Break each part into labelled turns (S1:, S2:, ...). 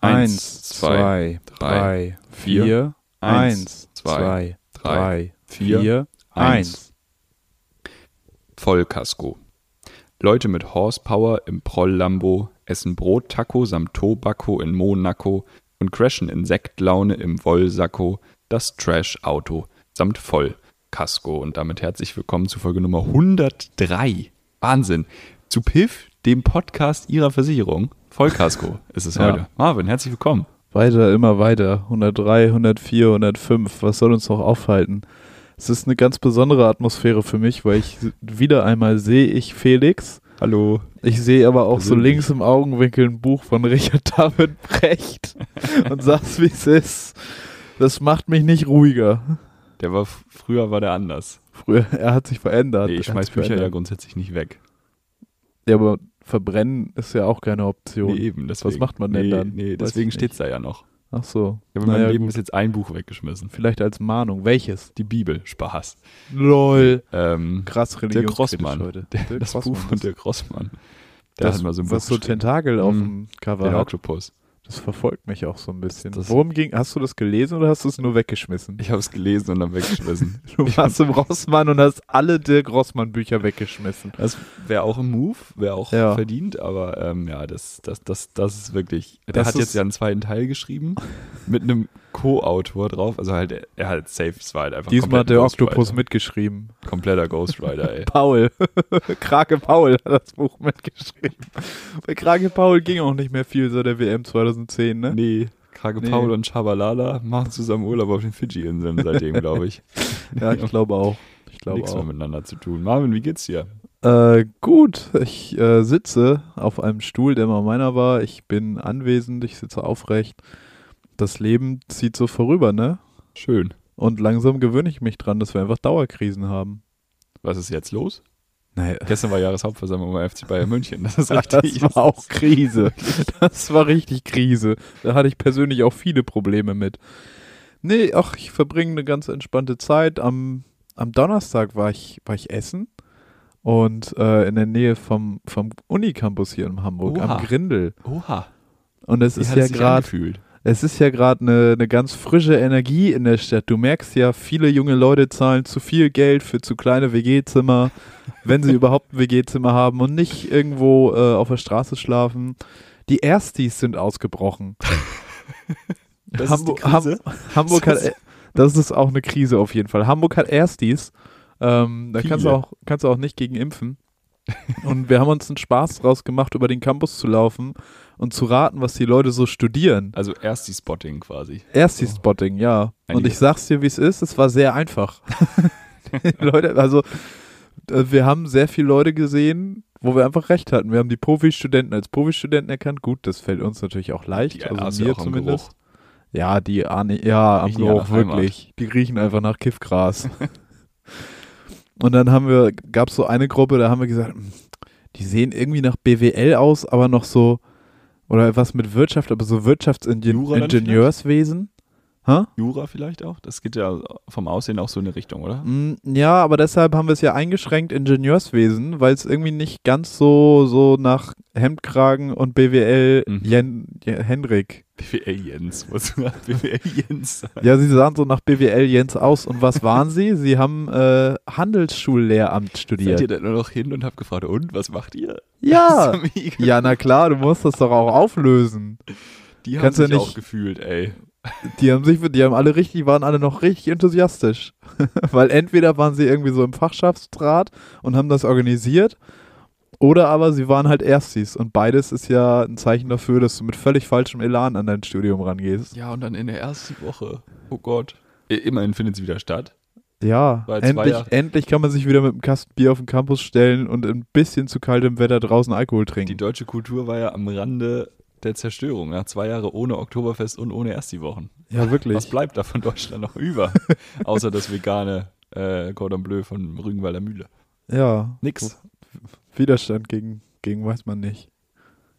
S1: Eins, zwei, drei, vier, eins, zwei, drei, vier, eins. Vollkasko. Leute mit Horsepower im Proll-Lambo essen Brot-Taco samt Tobacco in Monaco und crashen in Sektlaune im Wollsacko das Trash-Auto samt Vollkasko. Und damit herzlich willkommen zu Folge Nummer 103. Wahnsinn. Zu Piff, dem Podcast ihrer Versicherung. Vollkasko ist es
S2: Ja.
S1: heute. Marvin, herzlich willkommen.
S2: Weiter, immer weiter. 103, 104, 105. Was soll uns noch aufhalten? Es ist eine ganz besondere Atmosphäre für mich, weil ich wieder einmal sehe ich Felix.
S1: Hallo.
S2: Ich sehe aber auch so
S1: Persönlich.
S2: links im Augenwinkel ein Buch von Richard David Brecht und sag's, wie es ist. Das macht mich nicht ruhiger.
S1: Der war f- früher war der anders.
S2: Früher, er hat sich verändert.
S1: Nee, ich
S2: Er hat
S1: schmeiß
S2: sich
S1: Bücher ja
S2: verändert.
S1: grundsätzlich nicht weg.
S2: ja, aber verbrennen ist ja auch keine Option.
S1: Nee, eben. Deswegen.
S2: Was macht man denn
S1: nee,
S2: dann?
S1: Nee,
S2: Weiß
S1: deswegen
S2: ich
S1: steht's da ja noch.
S2: Ach so.
S1: Ich habe in
S2: Naja,
S1: meinem Leben
S2: gut.
S1: bis jetzt ein Buch weggeschmissen.
S2: Vielleicht als Mahnung. Welches?
S1: Die Bibel, Spaß.
S2: LOL.
S1: Ähm,
S2: Krass
S1: der
S2: religionskritisch
S1: Grossmann.
S2: heute.
S1: Der,
S2: Dirk
S1: das
S2: Grossmann
S1: Buch von
S2: ist-
S1: Dirk Grossmann. Der
S2: das,
S1: hat mal so ein Buch
S2: was so
S1: geschrieben.
S2: Tentakel auf
S1: Mhm.
S2: dem Cover
S1: Der
S2: hat,
S1: Oktopus.
S2: das verfolgt mich auch so ein bisschen.
S1: Das-
S2: Worum ging, hast du das gelesen oder hast du es nur weggeschmissen?
S1: Ich habe es gelesen und dann weggeschmissen.
S2: Du warst im Rossmann und hast alle Dirk Rossmann Bücher weggeschmissen.
S1: Das wäre auch ein Move, wäre auch
S2: Ja.
S1: verdient, aber ähm, ja, das, das, das, das ist wirklich. Der
S2: Das
S1: hat jetzt
S2: ist-
S1: ja einen zweiten Teil geschrieben mit einem Co-Autor drauf. Also halt, er hat safe, es war halt einfach
S2: Diesmal
S1: komplett
S2: hat
S1: ein
S2: der Oktopus
S1: Ghostwriter.
S2: mitgeschrieben.
S1: Kompletter Ghostwriter, ey.
S2: Paul. Krake Paul hat das Buch mitgeschrieben. Bei Krake Paul ging auch nicht mehr viel seit der WM 2010, ne?
S1: Nee, Krage
S2: Nee.
S1: Paul und Chabalala machen zusammen Urlaub auf den Fidschi-Inseln seitdem, glaube ich.
S2: Ja, ich glaube auch. Ich glaube
S1: Nichts
S2: auch.
S1: mehr miteinander zu tun. Marvin, wie geht's dir?
S2: Äh, gut, ich äh, sitze auf einem Stuhl, der mal meiner war. Ich bin anwesend, ich sitze aufrecht. Das Leben zieht so vorüber, ne?
S1: Schön.
S2: Und langsam gewöhne ich mich dran, dass wir einfach Dauerkrisen haben.
S1: Was ist jetzt los?
S2: Naja,
S1: Gestern war Jahreshauptversammlung beim FC Bayern München. Das ist richtig.
S2: das war auch Krise. Das war richtig Krise. Da hatte ich persönlich auch viele Probleme mit. Nee, ach, ich verbringe eine ganz entspannte Zeit. Am, am Donnerstag war ich, war ich essen und äh, in der Nähe vom, vom Unicampus hier in Hamburg,
S1: Oha.
S2: am Grindel.
S1: Oha.
S2: Und es
S1: Wie
S2: ist
S1: hat
S2: ja
S1: es sich
S2: gerade
S1: angefühlt?
S2: Es ist ja gerade eine eine ganz frische Energie in der Stadt. Du merkst ja, viele junge Leute zahlen zu viel Geld für zu kleine WG-Zimmer, wenn sie überhaupt ein WG-Zimmer haben und nicht irgendwo äh, auf der Straße schlafen. Die Erstis sind ausgebrochen.
S1: Das ist die Krise?
S2: Ham Hamburg hat, e,
S1: Das-
S2: das ist auch eine Krise auf jeden Fall. Hamburg hat Erstis. Ähm, da
S1: Viele.
S2: kannst du, auch, kannst du auch nicht gegen impfen. Und wir haben uns einen Spaß draus gemacht, über den Campus zu laufen und zu raten, was die Leute so studieren.
S1: Also erst die Spotting quasi.
S2: Ersti-Spotting, ja. Und
S1: Einige-
S2: ich sag's dir, wie es ist, es war sehr einfach. Leute, also äh, wir haben sehr viele Leute gesehen, wo wir einfach recht hatten. Wir haben die Profi-Studenten als Profi-Studenten erkannt. Gut, das fällt uns natürlich auch leicht.
S1: Die hast
S2: also
S1: du
S2: mir
S1: auch am
S2: zumindest. Ja, die ahne, ja, am
S1: Riechen ja
S2: Geruch
S1: nach Heimat.
S2: wirklich. Die riechen einfach nach Kiffgras. Und dann haben wir, gab's so eine Gruppe, da haben wir gesagt, "Hm, die sehen irgendwie nach BWL aus, aber noch so, oder was mit Wirtschaft, aber so
S1: Jura dann
S2: Wirtschaftsingenieurswesen.
S1: Jura vielleicht auch? Das geht ja vom Aussehen auch so in eine Richtung, oder?
S2: Mm, Ja, aber deshalb haben wir es ja eingeschränkt, Ingenieurswesen, weil es irgendwie nicht ganz so, so nach Hemdkragen und BWL
S1: Mhm.
S2: Jen, Jen, Henrik.
S1: BWL Jens. Was BWL Jens?
S2: Ja, sie sahen so nach BWL Jens aus. Und was waren sie? Sie haben äh, Handelsschullehramt
S1: Seid ihr
S2: studiert.
S1: dann nur noch hin und habt gefragt, und was macht ihr?
S2: Ja.
S1: Das war mega.
S2: Ja, na klar, du musst das doch auch auflösen.
S1: Die haben
S2: Kannst du
S1: sich
S2: nicht-
S1: auch gefühlt, ey.
S2: Die haben sich, die haben alle richtig, waren alle noch richtig enthusiastisch. Weil entweder waren sie irgendwie so im Fachschaftsrat und haben das organisiert, oder aber sie waren halt Erstis. Und beides ist ja ein Zeichen dafür, dass du mit völlig falschem Elan an dein Studium rangehst.
S1: Ja, und dann in der ersten Woche. Oh Gott. Immerhin findet sie wieder statt.
S2: Ja,
S1: Weil es war
S2: endlich,
S1: ja-
S2: endlich kann man sich wieder mit einem Kasten Bier auf den Campus stellen und ein bisschen zu kaltem Wetter draußen Alkohol
S1: Die
S2: trinken.
S1: deutsche Kultur war ja am Rande der Zerstörung. Nach zwei Jahren ohne Oktoberfest und ohne Ersti-Wochen.
S2: Ja,
S1: Was
S2: wirklich.
S1: bleibt da von Deutschland noch über? Außer das vegane äh, Cordon Bleu von Rügenwalder Mühle.
S2: Ja.
S1: Nix.
S2: Widerstand gegen, gegen weiß man nicht.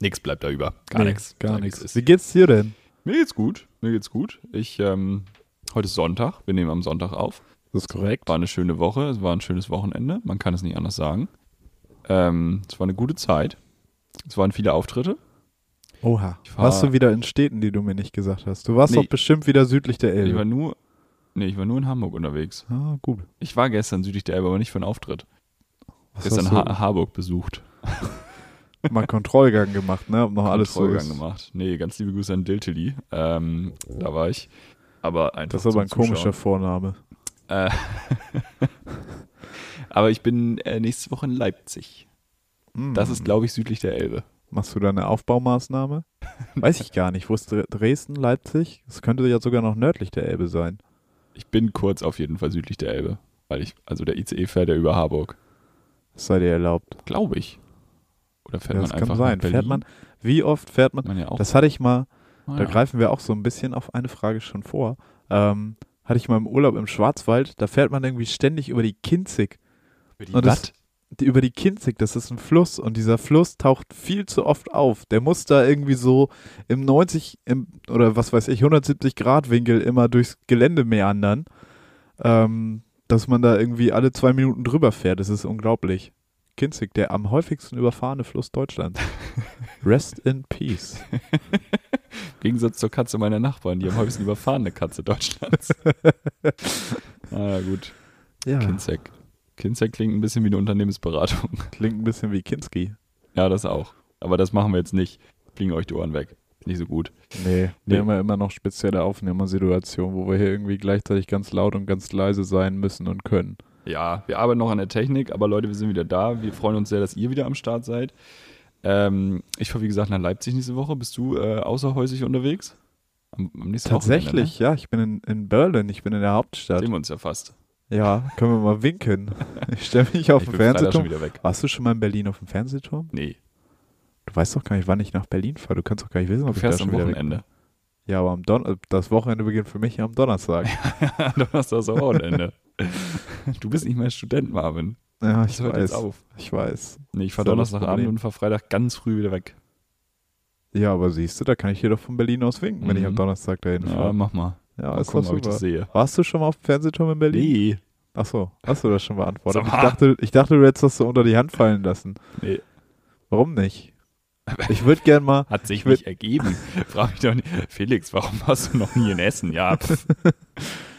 S1: Nix bleibt da über. Gar
S2: Nee,
S1: nichts.
S2: Gar
S1: Sag, wie es
S2: nichts.
S1: ist.
S2: Wie geht's dir denn?
S1: Mir geht's gut. Mir geht's gut. Ich, ähm, heute ist Sonntag. Wir nehmen am Sonntag auf.
S2: Das ist korrekt.
S1: War eine schöne Woche. Es war ein schönes Wochenende. Man kann es nicht anders sagen. Ähm, es war eine gute Zeit. Es waren viele Auftritte.
S2: Oha.
S1: Ich fahr-
S2: Warst du wieder in Städten, die du mir nicht gesagt hast? Du warst
S1: Nee.
S2: doch bestimmt wieder südlich der
S1: Ich war
S2: Elbe.
S1: nur, nee, ich war nur in Hamburg unterwegs.
S2: Ah, gut.
S1: Ich war gestern südlich der Elbe, aber nicht für einen Auftritt.
S2: Was
S1: gestern
S2: hast
S1: ha Harburg besucht.
S2: du? Mal Kontrollgang gemacht, ne? Ob noch alles so
S1: Kontrollgang
S2: ist.
S1: gemacht. Nee, ganz liebe Grüße an Diltily. Ähm, da war ich. Aber einfach
S2: Das ist aber
S1: um zum
S2: ein komischer
S1: Zuschauen.
S2: Vorname.
S1: Äh, aber ich bin äh, nächste Woche in Leipzig.
S2: Hm.
S1: Das ist, glaube ich, südlich der Elbe.
S2: Machst du da eine Aufbaumaßnahme? Weiß ich gar nicht. Wo ist Dre- Dresden, Leipzig? Es könnte ja sogar noch nördlich der Elbe sein.
S1: Ich bin kurz auf jeden Fall südlich der Elbe. Weil ich, also der ICE fährt ja über Harburg.
S2: Das sei dir erlaubt.
S1: Glaube ich. Oder fährt
S2: ja,
S1: man
S2: das
S1: einfach nach
S2: kann sein.
S1: Berlin?
S2: Fährt man, wie oft fährt man?
S1: Hat man ja auch.
S2: Das hatte ich mal,
S1: Ah,
S2: da
S1: ja.
S2: greifen wir auch so ein bisschen auf eine Frage schon vor. Ähm, hatte ich mal im Urlaub im Schwarzwald, da fährt man irgendwie ständig über die Kinzig. Und das-
S1: Was?
S2: die, über die Kinzig, das ist ein Fluss und dieser Fluss taucht viel zu oft auf. Der muss da irgendwie so im 90 im, oder was weiß ich, 170 Grad Winkel immer durchs Gelände meandern, ähm, dass man da irgendwie alle zwei Minuten drüber fährt. Das ist unglaublich. Kinzig, der am häufigsten überfahrene Fluss Deutschlands. Rest in Peace.
S1: Im Gegensatz zur Katze meiner Nachbarn, die am häufigsten überfahrene Katze Deutschlands. ah, gut.
S2: Ja,
S1: Kinzek. Kinzek klingt ein bisschen wie eine Unternehmensberatung.
S2: klingt ein bisschen wie Kinski.
S1: Ja, das auch. Aber das machen wir jetzt nicht. Fliegen euch die Ohren weg. Nicht so gut.
S2: Nee,
S1: Nee.
S2: wir haben ja immer noch spezielle Aufnehmersituationen, wo wir hier irgendwie gleichzeitig ganz laut und ganz leise sein müssen und können.
S1: Ja, wir arbeiten noch an der Technik, aber Leute, wir sind wieder da. Wir freuen uns sehr, dass ihr wieder am Start seid. Ähm, ich fahre, wie gesagt, nach Leipzig nächste Woche. Bist du äh, außerhäusig unterwegs? Am, am nächsten Wochenende,
S2: Tatsächlich, ja. Ich bin in, in Berlin, ich bin in der
S1: ne?
S2: Hauptstadt.
S1: Sehen wir uns ja fast.
S2: Ja, können wir mal winken. Ich stelle mich auf
S1: ich bin Freitag schon
S2: den Fernsehturm.
S1: wieder weg.
S2: Warst du schon mal in Berlin auf dem Fernsehturm?
S1: Nee,
S2: Du weißt doch gar nicht, wann ich nach Berlin fahre. Du kannst doch gar nicht wissen,
S1: du
S2: ob ich da
S1: fährst
S2: schon
S1: am
S2: wieder bin.
S1: Wochenende.
S2: Ja, aber am Don äh, das Wochenende beginnt für mich ja am Donnerstag.
S1: Donnerstag ist am Wochenende. du bist nicht mehr Student, Marvin.
S2: Ja,
S1: Das
S2: ich
S1: hört jetzt
S2: weiß.
S1: auf.
S2: Ich weiß.
S1: Nee, ich
S2: Das
S1: fahre
S2: ist ja das
S1: Donnerstagabend
S2: Problem.
S1: und fahre Freitag ganz früh wieder weg.
S2: Ja, aber siehst du, da kann ich dir doch von Berlin aus winken, wenn ich am
S1: Mhm.
S2: Donnerstag dahin
S1: Ja,
S2: fahre.
S1: mach mal.
S2: Ja,
S1: mal
S2: ist
S1: gucken,
S2: doch
S1: ob ich das
S2: super.
S1: sehe.
S2: Warst du schon mal auf dem Fernsehturm in Berlin?
S1: Nee.
S2: Ach so, hast du das schon beantwortet?
S1: Sag
S2: Ich
S1: mal.
S2: dachte, ich dachte, du hättest das so unter die Hand fallen lassen.
S1: Nee.
S2: Warum nicht? Ich würde gern mal,
S1: Hat sich
S2: Ich würd-
S1: nicht ergeben. Frag mich doch nicht. Felix, warum warst du noch nie in Essen? Ja, pff.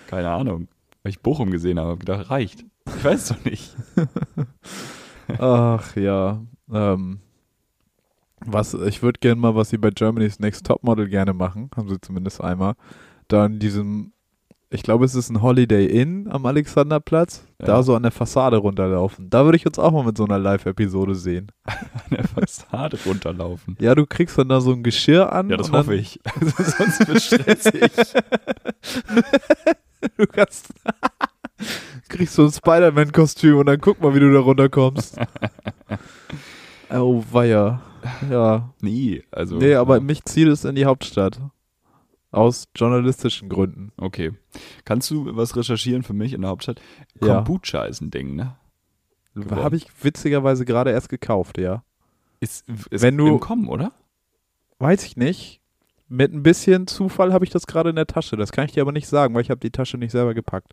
S1: Keine Ahnung. Weil ich Bochum gesehen habe, habe gedacht, reicht. Ich weiß doch nicht.
S2: Ach ja. Ähm, was, ich würde gerne mal, was sie bei Germany's Next Topmodel gerne machen, haben sie zumindest einmal, da in diesem, ich glaube, es ist ein Holiday Inn am Alexanderplatz,
S1: Ja.
S2: da so an der Fassade runterlaufen. Da würde ich uns auch mal mit so einer Live-Episode sehen.
S1: An der Fassade runterlaufen.
S2: Ja, du kriegst dann da so ein Geschirr an.
S1: Ja, das
S2: und dann,
S1: hoffe ich. Also sonst wird stressig.
S2: Du kannst, kriegst so ein Spider-Man-Kostüm und dann guck mal, wie du da runterkommst. oh, weia. Ja.
S1: Nee, also.
S2: nee, aber mich zieht es in die Hauptstadt. Aus journalistischen Gründen.
S1: Okay. Kannst du was recherchieren für mich in der Hauptstadt?
S2: Ja.
S1: Kombucha ist ein Ding, ne? Geworden.
S2: Habe ich witzigerweise gerade erst gekauft, ja.
S1: Ist, ist
S2: Wenn du-
S1: im Kommen, oder?
S2: Weiß ich nicht. Mit ein bisschen Zufall habe ich das gerade in der Tasche. Das kann ich dir aber nicht sagen, weil ich habe die Tasche nicht selber gepackt.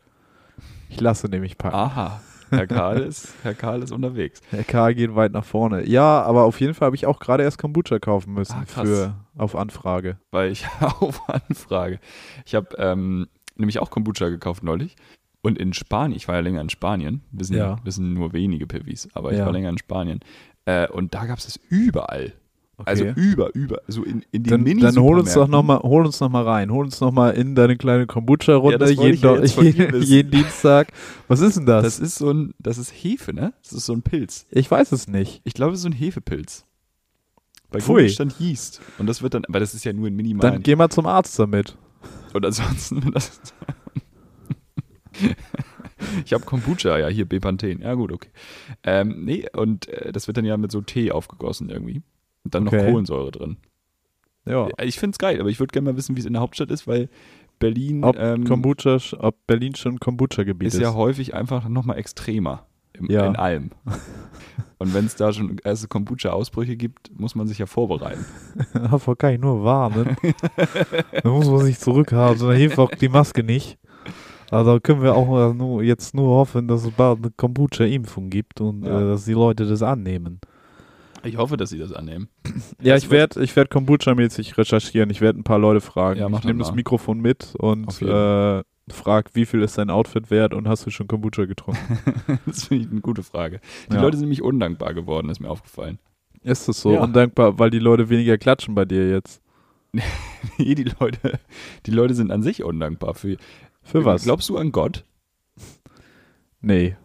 S2: Ich lasse nämlich packen.
S1: Aha. Herr Karl ist, Herr Karl ist unterwegs.
S2: Der K geht weit nach vorne. Ja, aber auf jeden Fall habe ich auch gerade erst Kombucha kaufen müssen
S1: Ah, krass.
S2: für auf Anfrage.
S1: weil ich auf Anfrage. Ich habe ähm, nämlich auch Kombucha gekauft neulich. Und in Spanien, ich war ja länger in Spanien, wissen,
S2: Ja.
S1: wissen nur wenige Piwis, aber ich
S2: Ja.
S1: war länger in Spanien. Äh, und da gab es das überall. Also
S2: Okay.
S1: über, über, so in, in die
S2: Dann,
S1: mini
S2: dann hol uns doch
S1: Supermärkten.
S2: nochmal, hol uns noch mal rein, hol uns noch mal in deine kleine
S1: Ja,
S2: Kombucha-Runde
S1: das wollte
S2: jeden,
S1: ich ja
S2: Do-
S1: jetzt von dir
S2: jeden,
S1: wissen.
S2: jeden Dienstag. Was ist denn das?
S1: Das ist so ein, das ist Hefe, ne? Das ist so ein Pilz.
S2: ich weiß es nicht.
S1: Ich glaube, es ist so ein Hefepilz. Bei
S2: Pfui.
S1: Google stand Yeast. Und das wird dann, aber das ist ja nur in
S2: Dann
S1: minimalen
S2: geh mal zum Arzt damit.
S1: Und ansonsten, das ich habe Kombucha, ja, hier Bepanthen. Ja, gut, okay. Ähm, nee, und äh, das wird dann ja mit so Tee aufgegossen irgendwie. Und dann noch
S2: Okay. Oh.
S1: Kohlensäure drin.
S2: Ja.
S1: Äh, Ich finde es geil, aber ich würde gerne mal wissen, wie es in der Hauptstadt ist, weil Berlin
S2: Ob,
S1: ähm,
S2: Kombucha, sch- ob Berlin schon Kombucha-Gebiet ist.
S1: ist ja häufig einfach nochmal extremer im,
S2: Ja.
S1: in allem. Und wenn es da schon erste Kombucha-Ausbrüche gibt, muss man sich ja vorbereiten.
S2: Davor kann ich nur warnen. da muss man sich zurückhaben, sondern hilft auch die Maske nicht. Also können wir auch äh, nur, jetzt nur hoffen, dass es bald eine Kombucha-Impfung gibt und
S1: Ja.
S2: äh, dass die Leute das annehmen.
S1: Ich hoffe, dass sie das annehmen.
S2: Ja,
S1: Das
S2: ich werde ich werd Kombucha-mäßig recherchieren. Ich werde ein paar Leute fragen.
S1: Ja, mach
S2: ich nehme
S1: doch
S2: das
S1: mal.
S2: Mikrofon mit und
S1: Auf jeden Fall.
S2: äh, frag, wie viel ist dein Outfit wert und hast du schon Kombucha getrunken?
S1: Das finde ich eine gute Frage. Die
S2: Ja.
S1: Leute sind nämlich undankbar geworden, ist mir aufgefallen.
S2: ist das so?
S1: Ja.
S2: Undankbar, weil die Leute weniger klatschen bei dir jetzt.
S1: Nee, die Leute, die Leute sind an sich undankbar. Für,
S2: Für was?
S1: Glaubst du an Gott?
S2: nee.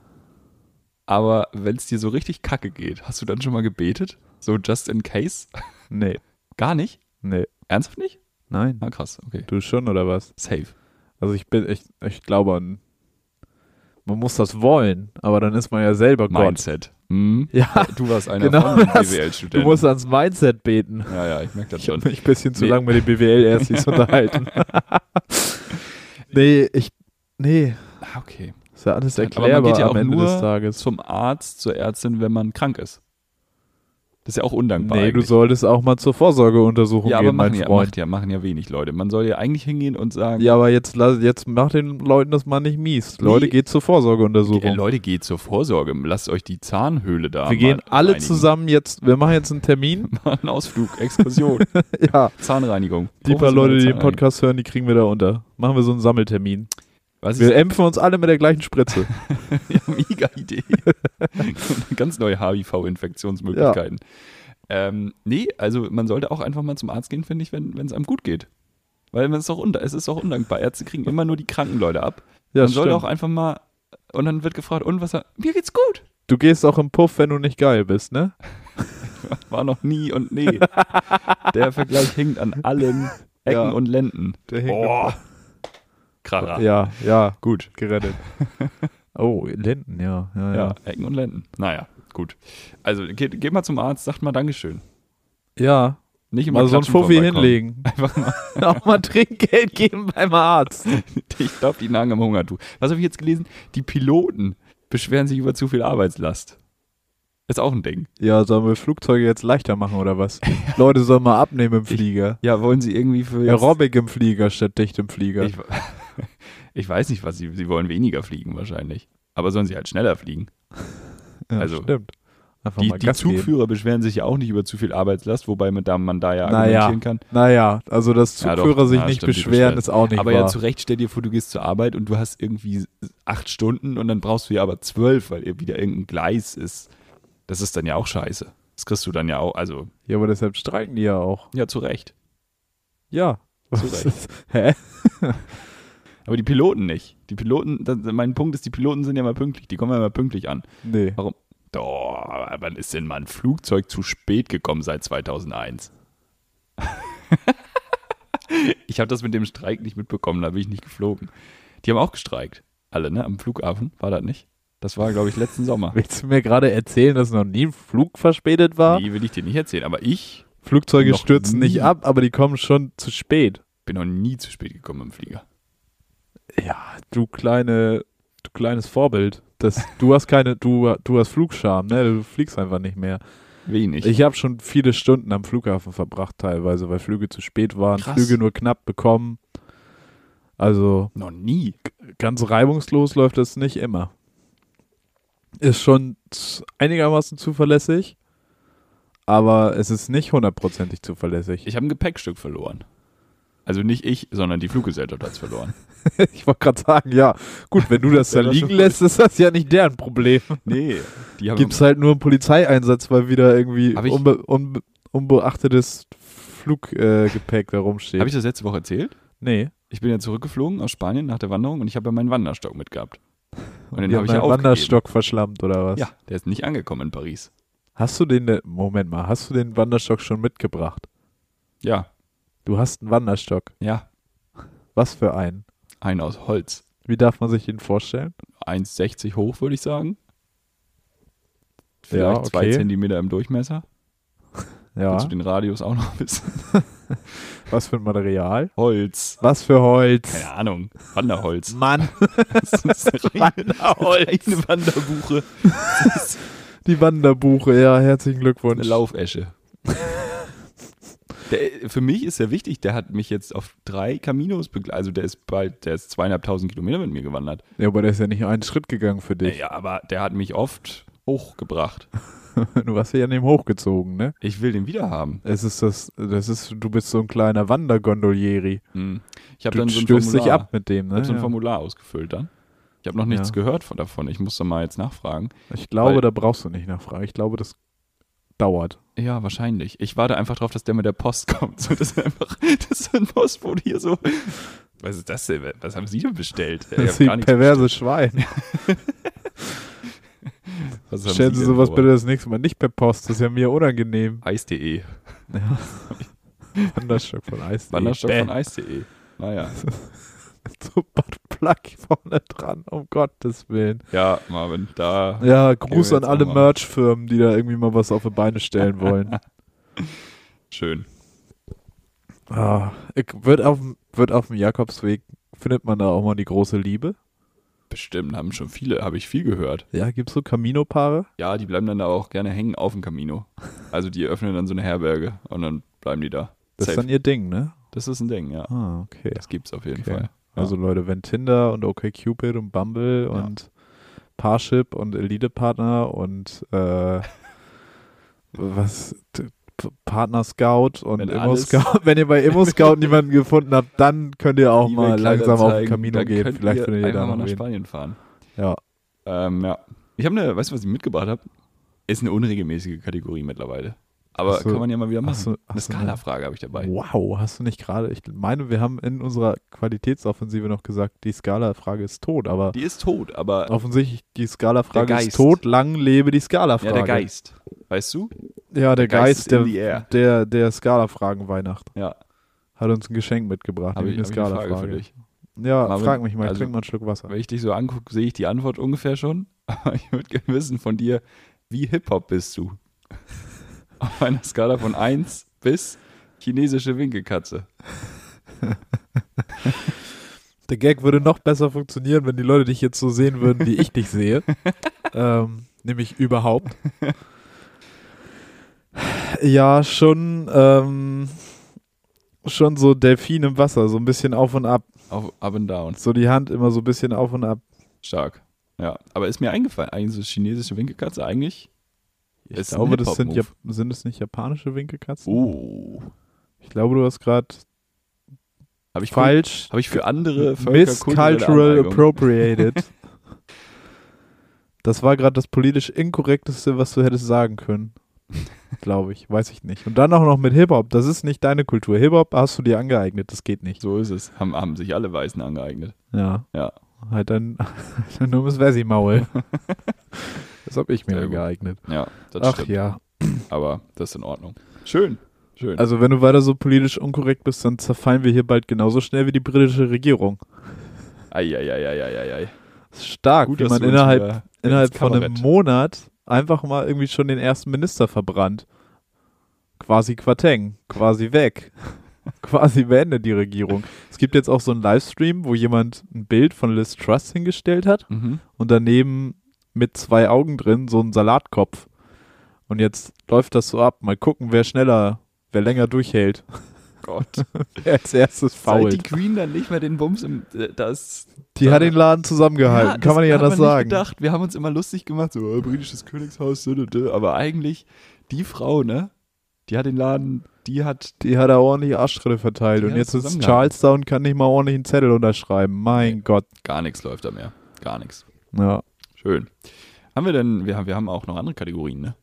S1: Aber wenn es dir so richtig kacke geht, hast du dann schon mal gebetet? So just in case?
S2: Nee.
S1: Gar nicht?
S2: Nee.
S1: Ernsthaft nicht?
S2: Nein.
S1: Na krass, okay.
S2: Du schon oder was?
S1: Safe.
S2: Also ich bin, ich, ich glaube an. Man muss das wollen, aber dann ist man ja selber Gott.
S1: Mindset. Hm?
S2: Ja,
S1: Du warst einer
S2: Genau
S1: von den
S2: das. du
S1: BWL-Studenten.
S2: musst ans Mindset beten.
S1: ja, ja, ich merke das
S2: Ich
S1: schon.
S2: habe mich ein bisschen zu
S1: Nee.
S2: lange mit den BWL-Erstis unterhalten. nee, ich. Nee,
S1: Ah, Okay.
S2: ist ja alles
S1: Aber man
S2: erklärbar
S1: geht ja
S2: am
S1: auch
S2: Ende
S1: nur
S2: des Tages.
S1: Zum Arzt, zur Ärztin, wenn man krank ist. Das ist ja auch undankbar.
S2: Nee, du
S1: eigentlich.
S2: solltest auch mal zur Vorsorgeuntersuchung
S1: ja, aber
S2: gehen,
S1: machen
S2: mein
S1: ja,
S2: Freund.
S1: macht ja, machen ja wenig Leute. Man soll ja eigentlich hingehen und sagen,
S2: Ja, aber jetzt, lass- jetzt mach den Leuten das mal nicht mies.
S1: Nee.
S2: Leute, geht zur
S1: ey,
S2: Vorsorgeuntersuchung.
S1: Leute, geht zur Vorsorge, lasst euch die Zahnhöhle da.
S2: wir gehen
S1: mal
S2: alle
S1: reinigen.
S2: zusammen jetzt, wir machen jetzt einen Termin.
S1: Ein Ausflug, Exkursion,
S2: ja,
S1: Zahnreinigung.
S2: die paar Leute, die den
S1: Zahnreinigung.
S2: Podcast hören, die kriegen wir da unter. Machen wir so einen Sammeltermin.
S1: Was ist
S2: Wir ämpfen uns alle mit der gleichen Spritze.
S1: ja, mega Idee. Ganz neue HIV-Infektionsmöglichkeiten. Ähm, nee, also man sollte auch einfach mal zum Arzt gehen, finde ich, wenn es einem gut geht. Weil man ist doch unda- es ist auch undankbar. Ärzte kriegen immer nur die kranken Leute ab.
S2: Ja,
S1: man sollte auch
S2: stimmt.
S1: einfach mal und dann wird gefragt, und was er, mir geht's gut.
S2: Du gehst auch im Puff, wenn du nicht geil bist, ne?
S1: War noch nie und nee. Der Vergleich hinkt an allen Ecken
S2: Ja.
S1: und Lenden.
S2: Der
S1: Boah. Kracher.
S2: Ja, ja,
S1: Gut.
S2: gerettet. Ah. oh, Linden, ja, ja,
S1: Ja,
S2: ja.
S1: Ecken und Lenden. Naja, gut. Also geht, geht mal zum Arzt, sagt mal Dankeschön.
S2: Ja,
S1: Nicht immer
S2: mal so ein
S1: klatschen
S2: Fuffi
S1: vom Balkon.
S2: hinlegen.
S1: Einfach mal,
S2: auch mal Trinkgeld geben beim Arzt.
S1: ich glaube, die nagen am Hunger. Du. Was habe ich jetzt gelesen? Die Piloten beschweren sich über zu viel Arbeitslast. Ist auch ein Ding.
S2: Ja, sollen wir Flugzeuge jetzt leichter machen oder was? Leute sollen mal abnehmen im Flieger.
S1: Ja, wollen sie irgendwie für. jetzt-
S2: Aerobic im Flieger statt dicht im Flieger.
S1: ich, ich weiß nicht, was sie. Sie wollen weniger fliegen wahrscheinlich. Aber sollen sie halt schneller fliegen.
S2: ja,
S1: also,
S2: stimmt. Einfach
S1: Die,
S2: mal
S1: die
S2: Gas geben.
S1: Zugführer beschweren sich ja auch nicht über zu viel Arbeitslast, wobei man da, man da ja
S2: Naja.
S1: argumentieren kann.
S2: Naja, also dass
S1: Ja, doch.
S2: Zugführer sich
S1: Ja,
S2: nicht
S1: stimmt, die
S2: beschweren,
S1: beschweren.
S2: ist auch nicht
S1: aber
S2: wahr.
S1: ja, zu Recht stell dir vor, du gehst zur Arbeit und du hast irgendwie acht Stunden und dann brauchst du ja aber zwölf, weil wieder irgendein Gleis ist. Das ist dann ja auch scheiße. Das kriegst du dann ja auch, also
S2: ja, aber deshalb streiken die ja auch.
S1: ja, zu Recht.
S2: Ja.
S1: Zu
S2: Was
S1: Recht.
S2: ist- Hä?
S1: Aber die Piloten nicht. Die Piloten, das, mein Punkt ist, die Piloten sind ja mal pünktlich, die kommen ja mal pünktlich an.
S2: Nee.
S1: Warum? Doch, aber wann ist denn mal ein Flugzeug zu spät gekommen seit 2001? ich habe das mit dem Streik nicht mitbekommen, da bin ich nicht geflogen. Die haben auch gestreikt, alle, ne? Am Flughafen, war das nicht? Das war, glaube ich, letzten Sommer.
S2: Willst du mir gerade erzählen, dass noch nie ein Flug verspätet war?
S1: Nee, will ich dir nicht erzählen, aber ich
S2: Flugzeuge
S1: Noch
S2: stürzen
S1: nie.
S2: nicht ab, aber die kommen schon zu spät.
S1: bin noch nie zu spät gekommen im Flieger.
S2: Ja, du kleine, du kleines Vorbild. Das, du hast keine, du, du hast Flugscham, ne? Du fliegst einfach nicht mehr.
S1: Wenig.
S2: Ich habe schon viele Stunden am Flughafen verbracht teilweise, weil Flüge zu spät waren,
S1: Krass.
S2: Flüge nur knapp bekommen. Also
S1: noch nie.
S2: ganz reibungslos läuft das nicht immer. Ist schon z- einigermaßen zuverlässig, aber es ist nicht hundertprozentig zuverlässig.
S1: Ich habe ein Gepäckstück verloren. Also nicht ich, sondern die Fluggesellschaft hat es verloren.
S2: Ich wollte gerade sagen, ja, gut, wenn du das da
S1: Ja, das
S2: liegen
S1: schon-
S2: lässt, ist das ja nicht deren Problem.
S1: Nee, die haben
S2: Gibt es halt nur einen Polizeieinsatz, weil wieder irgendwie
S1: Hab ich-
S2: unbe unbe unbeachtetes Fluggepäck äh, Gepäck da rumsteht.
S1: Habe ich das letzte Woche erzählt?
S2: nee.
S1: ich bin ja zurückgeflogen aus Spanien nach der Wanderung und ich habe ja meinen Wanderstock mitgehabt. Und den
S2: Die
S1: habe
S2: haben
S1: ich ja
S2: deinen
S1: aufgegeben.
S2: Wanderstock verschlammt oder was?
S1: Ja, der ist nicht angekommen in Paris.
S2: Hast du den, denn- Moment mal, hast du den Wanderstock schon mitgebracht?
S1: Ja,
S2: Du hast einen Wanderstock.
S1: ja,
S2: Was für einen?
S1: ein aus Holz.
S2: Wie darf man sich den vorstellen?
S1: 1,60 hoch, würde ich sagen. Vielleicht
S2: Ja,
S1: zwei
S2: okay.
S1: Zentimeter im Durchmesser.
S2: Ja.
S1: Kannst du den Radius auch noch wissen?
S2: Was für ein Material?
S1: Holz.
S2: Was für Holz?
S1: Keine Ahnung. Wanderholz.
S2: Mann,
S1: Das ist reine, reine Wanderbuche. Das ist
S2: die Wanderbuche, ja, herzlichen
S1: eine
S2: Glückwunsch.
S1: Laufesche. Der, für mich ist er wichtig, der hat mich jetzt auf drei Caminos begleitet. Also der ist bald, der ist zweieinhalbtausend Kilometer mit mir gewandert.
S2: Ja, aber der ist ja nicht einen Schritt gegangen für dich.
S1: Ja, aber der hat mich oft hochgebracht.
S2: Du hast dich an dem hochgezogen, ne?
S1: Ich will den wiederhaben.
S2: Es ist das, das ist, du bist so ein kleiner Wandergondolieri.
S1: Hm. Ich habe
S2: Du
S1: dann so ein
S2: stößt
S1: Formular,
S2: dich ab mit dem,
S1: Ich
S2: ne?
S1: hab so ein
S2: Ja.
S1: Formular ausgefüllt dann. Ich habe noch nichts
S2: Ja.
S1: gehört von, davon. Ich muss da mal jetzt nachfragen.
S2: Ich glaube,
S1: Weil-
S2: da brauchst du nicht nachfragen. Ich glaube, das dauert.
S1: Ja, wahrscheinlich. Ich warte einfach drauf, dass der mit der Post kommt. So, das ist einfach, das ist ein Postbote hier so. Was ist das denn? Was haben Sie denn bestellt? Ey,
S2: Das
S1: ich
S2: ist
S1: hab
S2: ein perverse Schwein.
S1: was haben
S2: Stellen Sie
S1: denn
S2: sowas
S1: vor?
S2: bitte das nächste Mal nicht per Post. Das ist ja mir unangenehm.
S1: Eis.de.
S2: Wanderstock von Eis.
S1: Wanderstock von Eis.de. Naja.
S2: So Buttplug vorne dran, um Gottes Willen.
S1: Ja, Marvin, da.
S2: Ja,
S1: wir
S2: Gruß
S1: jetzt
S2: an alle
S1: nochmal.
S2: Merch-Firmen, die da irgendwie mal was auf die Beine stellen wollen.
S1: Schön.
S2: ah, ich, wird, auf, dem- wird auf dem Jakobsweg, findet man da auch mal die große Liebe?
S1: Bestimmt, haben schon viele, habe ich viel gehört.
S2: Ja, gibt's so Camino-Paare?
S1: Ja, die bleiben dann aber auch gerne hängen auf dem Camino. Also die öffnen dann so eine Herberge und dann bleiben die da.
S2: Das ist
S1: Safe.
S2: dann ihr Ding, ne?
S1: das ist ein Ding, ja.
S2: Ah, okay.
S1: Das gibt's auf jeden
S2: Okay.
S1: Fall. Ja.
S2: Also Leute, wenn Tinder und OkCupid und Bumble
S1: Ja.
S2: und Parship und Elite-Partner und äh, was t- P- Partner Scout und
S1: Wenn
S2: Immo
S1: alles-
S2: Scout. Wenn ihr bei Immo Scout niemanden gefunden habt, dann könnt ihr auch mal langsam auf den Camino
S1: dann
S2: gehen.
S1: könnt
S2: Vielleicht
S1: ihr
S2: findet ihr
S1: einfach
S2: da
S1: mal
S2: noch
S1: nach
S2: wen.
S1: Spanien fahren.
S2: Ja.
S1: Ähm, ja. Ich habe eine, weißt du, was ich mitgebracht habe? Ist eine unregelmäßige Kategorie mittlerweile. Aber
S2: Ach so.
S1: kann man ja mal wieder machen.
S2: Hast du,
S1: eine
S2: hast du eine,
S1: Skala-Frage habe ich dabei.
S2: wow, hast du nicht gerade? Ich meine, wir haben in unserer Qualitätsoffensive noch gesagt, die Skala-Frage ist tot, aber
S1: Die ist tot, aber
S2: offensichtlich die Skala-Frage
S1: Der
S2: ist
S1: Geist.
S2: tot. Lang lebe die Skala-Frage.
S1: ja, der Geist. Weißt du?
S2: Ja, der,
S1: Der
S2: Geist,
S1: Geist ist in the
S2: der,
S1: air.
S2: der, der Skala-Fragen-Weihnacht
S1: Ja,
S2: hat uns ein Geschenk mitgebracht.
S1: habe ich,
S2: nämlich
S1: hab ich eine Frage für dich.
S2: Ja,
S1: Marvin,
S2: frag mich mal, ich
S1: also-
S2: trink mal einen Schluck Wasser.
S1: Wenn ich dich so angucke, sehe ich die Antwort ungefähr schon. Aber ich würde gerne wissen von dir, wie Hip-Hop bist du? Auf einer Skala von 1 bis chinesische Winkelkatze.
S2: Der Gag würde noch besser funktionieren, wenn die Leute dich jetzt so sehen würden, wie ich dich sehe. ähm, nämlich überhaupt. Ja, schon, ähm, schon so Delfin im Wasser, so ein bisschen auf und ab.
S1: Auf, up and down.
S2: So die Hand immer so ein bisschen auf und ab.
S1: Stark. Ja, aber ist mir eingefallen, eigentlich so chinesische Winkelkatze eigentlich.
S2: Ich
S1: Ist ein
S2: glaube, das sind,
S1: Hip-Hop-Move.
S2: Jap- sind es nicht japanische Winkelkatzen?
S1: Oh.
S2: Ich glaube, du hast gerade
S1: Habe ich, cool,
S2: falsch
S1: hab ich für andere Völker
S2: Miss
S1: kulturelle
S2: Cultural
S1: Aneigung.
S2: Appropriated. das war gerade das politisch inkorrekteste, was du hättest sagen können. Glaube ich, weiß ich nicht. Und dann auch noch mit Hip-Hop. Das ist nicht deine Kultur. Hip-Hop hast du dir angeeignet, das geht nicht.
S1: So ist es. Haben, haben sich alle Weißen angeeignet.
S2: Ja.
S1: Ja.
S2: Halt dein, dein dummes Wessi-Maul. das habe ich mir
S1: Sehr gut.
S2: angeeignet.
S1: Ja, das
S2: Ach
S1: stimmt.
S2: ja.
S1: Aber das ist in Ordnung. Schön. Schön.
S2: Also, wenn du weiter so politisch unkorrekt bist, dann zerfallen wir hier bald genauso schnell wie die britische Regierung.
S1: Eieieiei.
S2: Stark, wie man
S1: du uns
S2: innerhalb
S1: wieder
S2: innerhalb
S1: ins
S2: von einem
S1: Kabarett-
S2: Monat einfach mal irgendwie schon den ersten Minister verbrannt. Quasi Quateng, quasi weg. quasi beendet die Regierung. Es gibt jetzt auch so einen Livestream, wo jemand ein Bild von Liz Truss hingestellt hat
S1: Mhm.
S2: und daneben mit zwei Augen drin so einen Salatkopf. Und jetzt läuft das so ab. Mal gucken, wer schneller, wer länger durchhält.
S1: Gott.
S2: Wer als
S1: Seit
S2: erstes
S1: die
S2: fault.
S1: Queen dann nicht mehr den Bums im. äh, Das,
S2: Die hat den Laden zusammengehalten.
S1: Ja,
S2: Kann
S1: das
S2: man nicht
S1: hat
S2: anders
S1: man
S2: sagen.
S1: Nicht gedacht. Wir haben uns immer lustig gemacht, so äh, britisches Königshaus, dö, dö, dö. aber eigentlich die Frau, ne? Die hat den Laden, die hat.
S2: Die hat er ordentlich Arschtritte verteilt.
S1: Die
S2: Und
S1: hat
S2: jetzt ist
S1: zusammengehalten.
S2: Charles da und kann nicht mal ordentlich einen Zettel unterschreiben. Mein Gott.
S1: Gar nichts läuft da mehr. Gar nichts.
S2: Ja,
S1: Schön. Haben wir denn, wir haben, wir haben auch noch andere Kategorien, ne?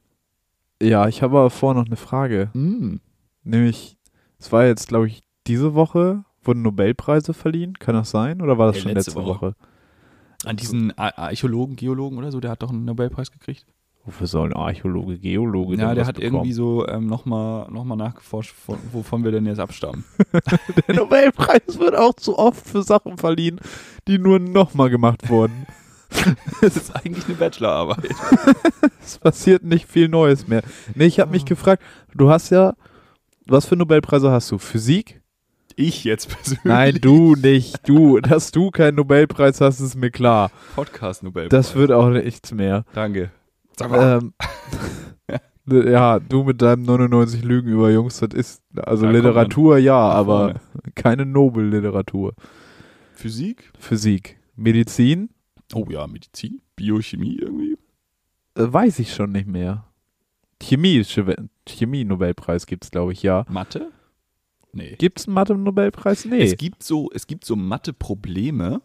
S2: ja ich habe aber vor noch eine Frage.
S1: Mm.
S2: Nämlich, es war jetzt, glaube ich, diese Woche wurden Nobelpreise verliehen. Kann das sein? Oder war das
S1: Ey,
S2: schon letzte,
S1: letzte
S2: Woche?
S1: An diesen A- Archäologen, Geologen oder so, der hat doch einen Nobelpreis gekriegt.
S2: Wofür soll ein Archäologe, Geologe
S1: Ja,
S2: denn
S1: der
S2: was
S1: hat
S2: bekommen?
S1: irgendwie so ähm, nochmal noch mal nachgeforscht, von, wovon wir denn jetzt abstammen.
S2: Der Nobelpreis wird auch zu oft für Sachen verliehen, die nur nochmal gemacht wurden.
S1: Das ist eigentlich eine Bachelorarbeit.
S2: es passiert nicht viel Neues mehr. Nee, ich
S1: Ah.
S2: habe mich gefragt, du hast ja, was für Nobelpreise hast du? Physik?
S1: Ich jetzt persönlich.
S2: Nein, du nicht. Du, dass du keinen Nobelpreis hast, ist mir klar.
S1: Podcast-Nobelpreis.
S2: Das Äh. wird auch nichts mehr.
S1: Danke. Sag mal,
S2: Ähm, ja, du mit deinem 99 Lügen über Jungs, das ist, also
S1: Da kommt
S2: Literatur ja, aber
S1: vorne.
S2: keine Nobelliteratur.
S1: Physik?
S2: Physik, Medizin,
S1: Oh ja, Medizin, Biochemie irgendwie.
S2: äh, weiß ich schon nicht mehr. Chemie, Chemie-Nobelpreis gibt es, glaube ich, ja.
S1: Mathe? Nee.
S2: Gibt es einen Mathe-Nobelpreis? Nee.
S1: Es gibt so, es gibt so Mathe-Probleme.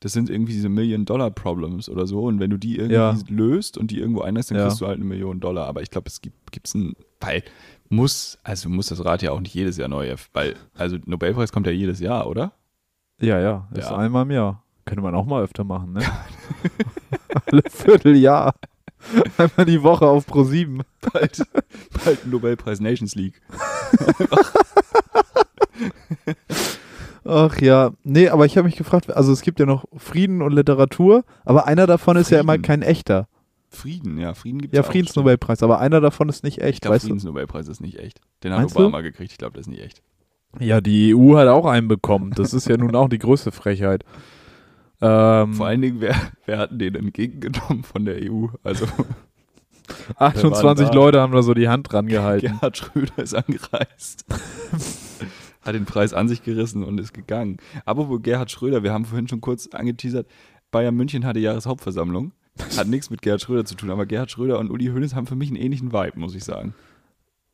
S1: Das sind irgendwie diese Million-Dollar-Problems oder so. Und wenn du die irgendwie
S2: Ja.
S1: löst und die irgendwo einlässt, dann
S2: Ja.
S1: kriegst du halt eine Million Dollar. Aber ich glaube, es gibt gibt's einen, weil muss, also muss das Rad ja auch nicht jedes Jahr neu, erf- weil, also Nobelpreis kommt ja jedes Jahr, oder?
S2: Ja, ja, ist
S1: Ja.
S2: einmal im Jahr. Könnte man auch mal öfter machen, ne? Alle Vierteljahr. Einmal die Woche auf Pro7.
S1: Bald, bald Nobelpreis Nations League.
S2: Ach ja. Nee, aber ich habe mich gefragt, also es gibt ja noch Frieden und Literatur, aber einer davon ist ja immer
S1: Frieden.
S2: kein echter.
S1: Frieden, ja, Frieden gibt es
S2: Ja,
S1: auch, stimmt.
S2: Friedensnobelpreis, aber einer davon ist nicht
S1: Ich
S2: echt,
S1: glaube,
S2: weißt du?
S1: Friedensnobelpreis ist nicht echt. Den hat
S2: Meinst
S1: Obama gekriegt, ich glaube, das ist nicht echt.
S2: Ja, die EU hat auch einen bekommen. Das ist ja nun auch die größte Frechheit. Ähm,
S1: Vor allen Dingen, wer, wer hat den entgegengenommen von der EU? Also
S2: 28
S1: da?
S2: Leute haben da so die Hand dran gehalten.
S1: Gerhard Schröder ist angereist. hat den Preis an sich gerissen und ist gegangen. Aber wo Gerhard Schröder, wir haben vorhin schon kurz angeteasert, Bayern München hatte Jahreshauptversammlung. Hat nichts mit Gerhard Schröder zu tun, aber Gerhard Schröder und Uli Hoeneß haben für mich einen ähnlichen Vibe, muss ich sagen.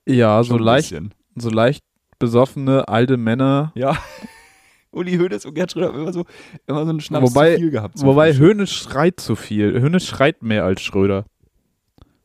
S2: Ja, so
S1: Schon ein
S2: leicht,
S1: bisschen.
S2: so leicht besoffene alte Männer.
S1: Ja. Uli Hoeneß und Gerhard Schröder haben immer so, immer so einen Schnaps
S2: Wobei-
S1: zu viel gehabt. zum
S2: Wobei
S1: Frühstück.
S2: Hönes schreit zu viel. Hönes schreit mehr als Schröder.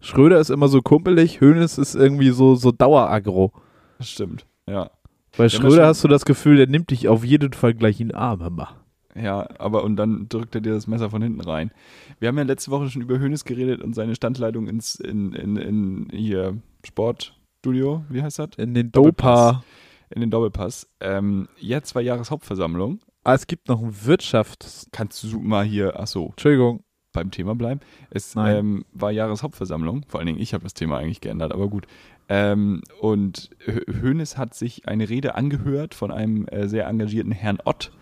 S2: Schröder ist immer so kumpelig, Hönes ist irgendwie so, so Daueraggro.
S1: Das stimmt. Ja.
S2: Bei
S1: das
S2: Schröder
S1: stimmt.
S2: hast du das Gefühl, der nimmt dich auf jeden Fall gleich in den Arm. Hammer.
S1: Ja, aber und dann drückt er dir das Messer von hinten rein. Wir haben ja letzte Woche schon über Hönes geredet und seine Standleitung ins in, in, in hier Sportstudio, wie heißt das?
S2: In den
S1: Doppelpass.
S2: Dopa.
S1: In den Doppelpass. Ähm, jetzt war Jahreshauptversammlung.
S2: Ah, es gibt noch ein Wirtschafts...
S1: Kannst du mal hier, ach so,
S2: Entschuldigung.
S1: beim Thema bleiben. Es
S2: Nein.
S1: ähm, war Jahreshauptversammlung. Vor allen Dingen, ich habe das Thema eigentlich geändert, aber gut. Ähm, und Hönes hat sich eine Rede angehört von einem äh, sehr engagierten Herrn Ott.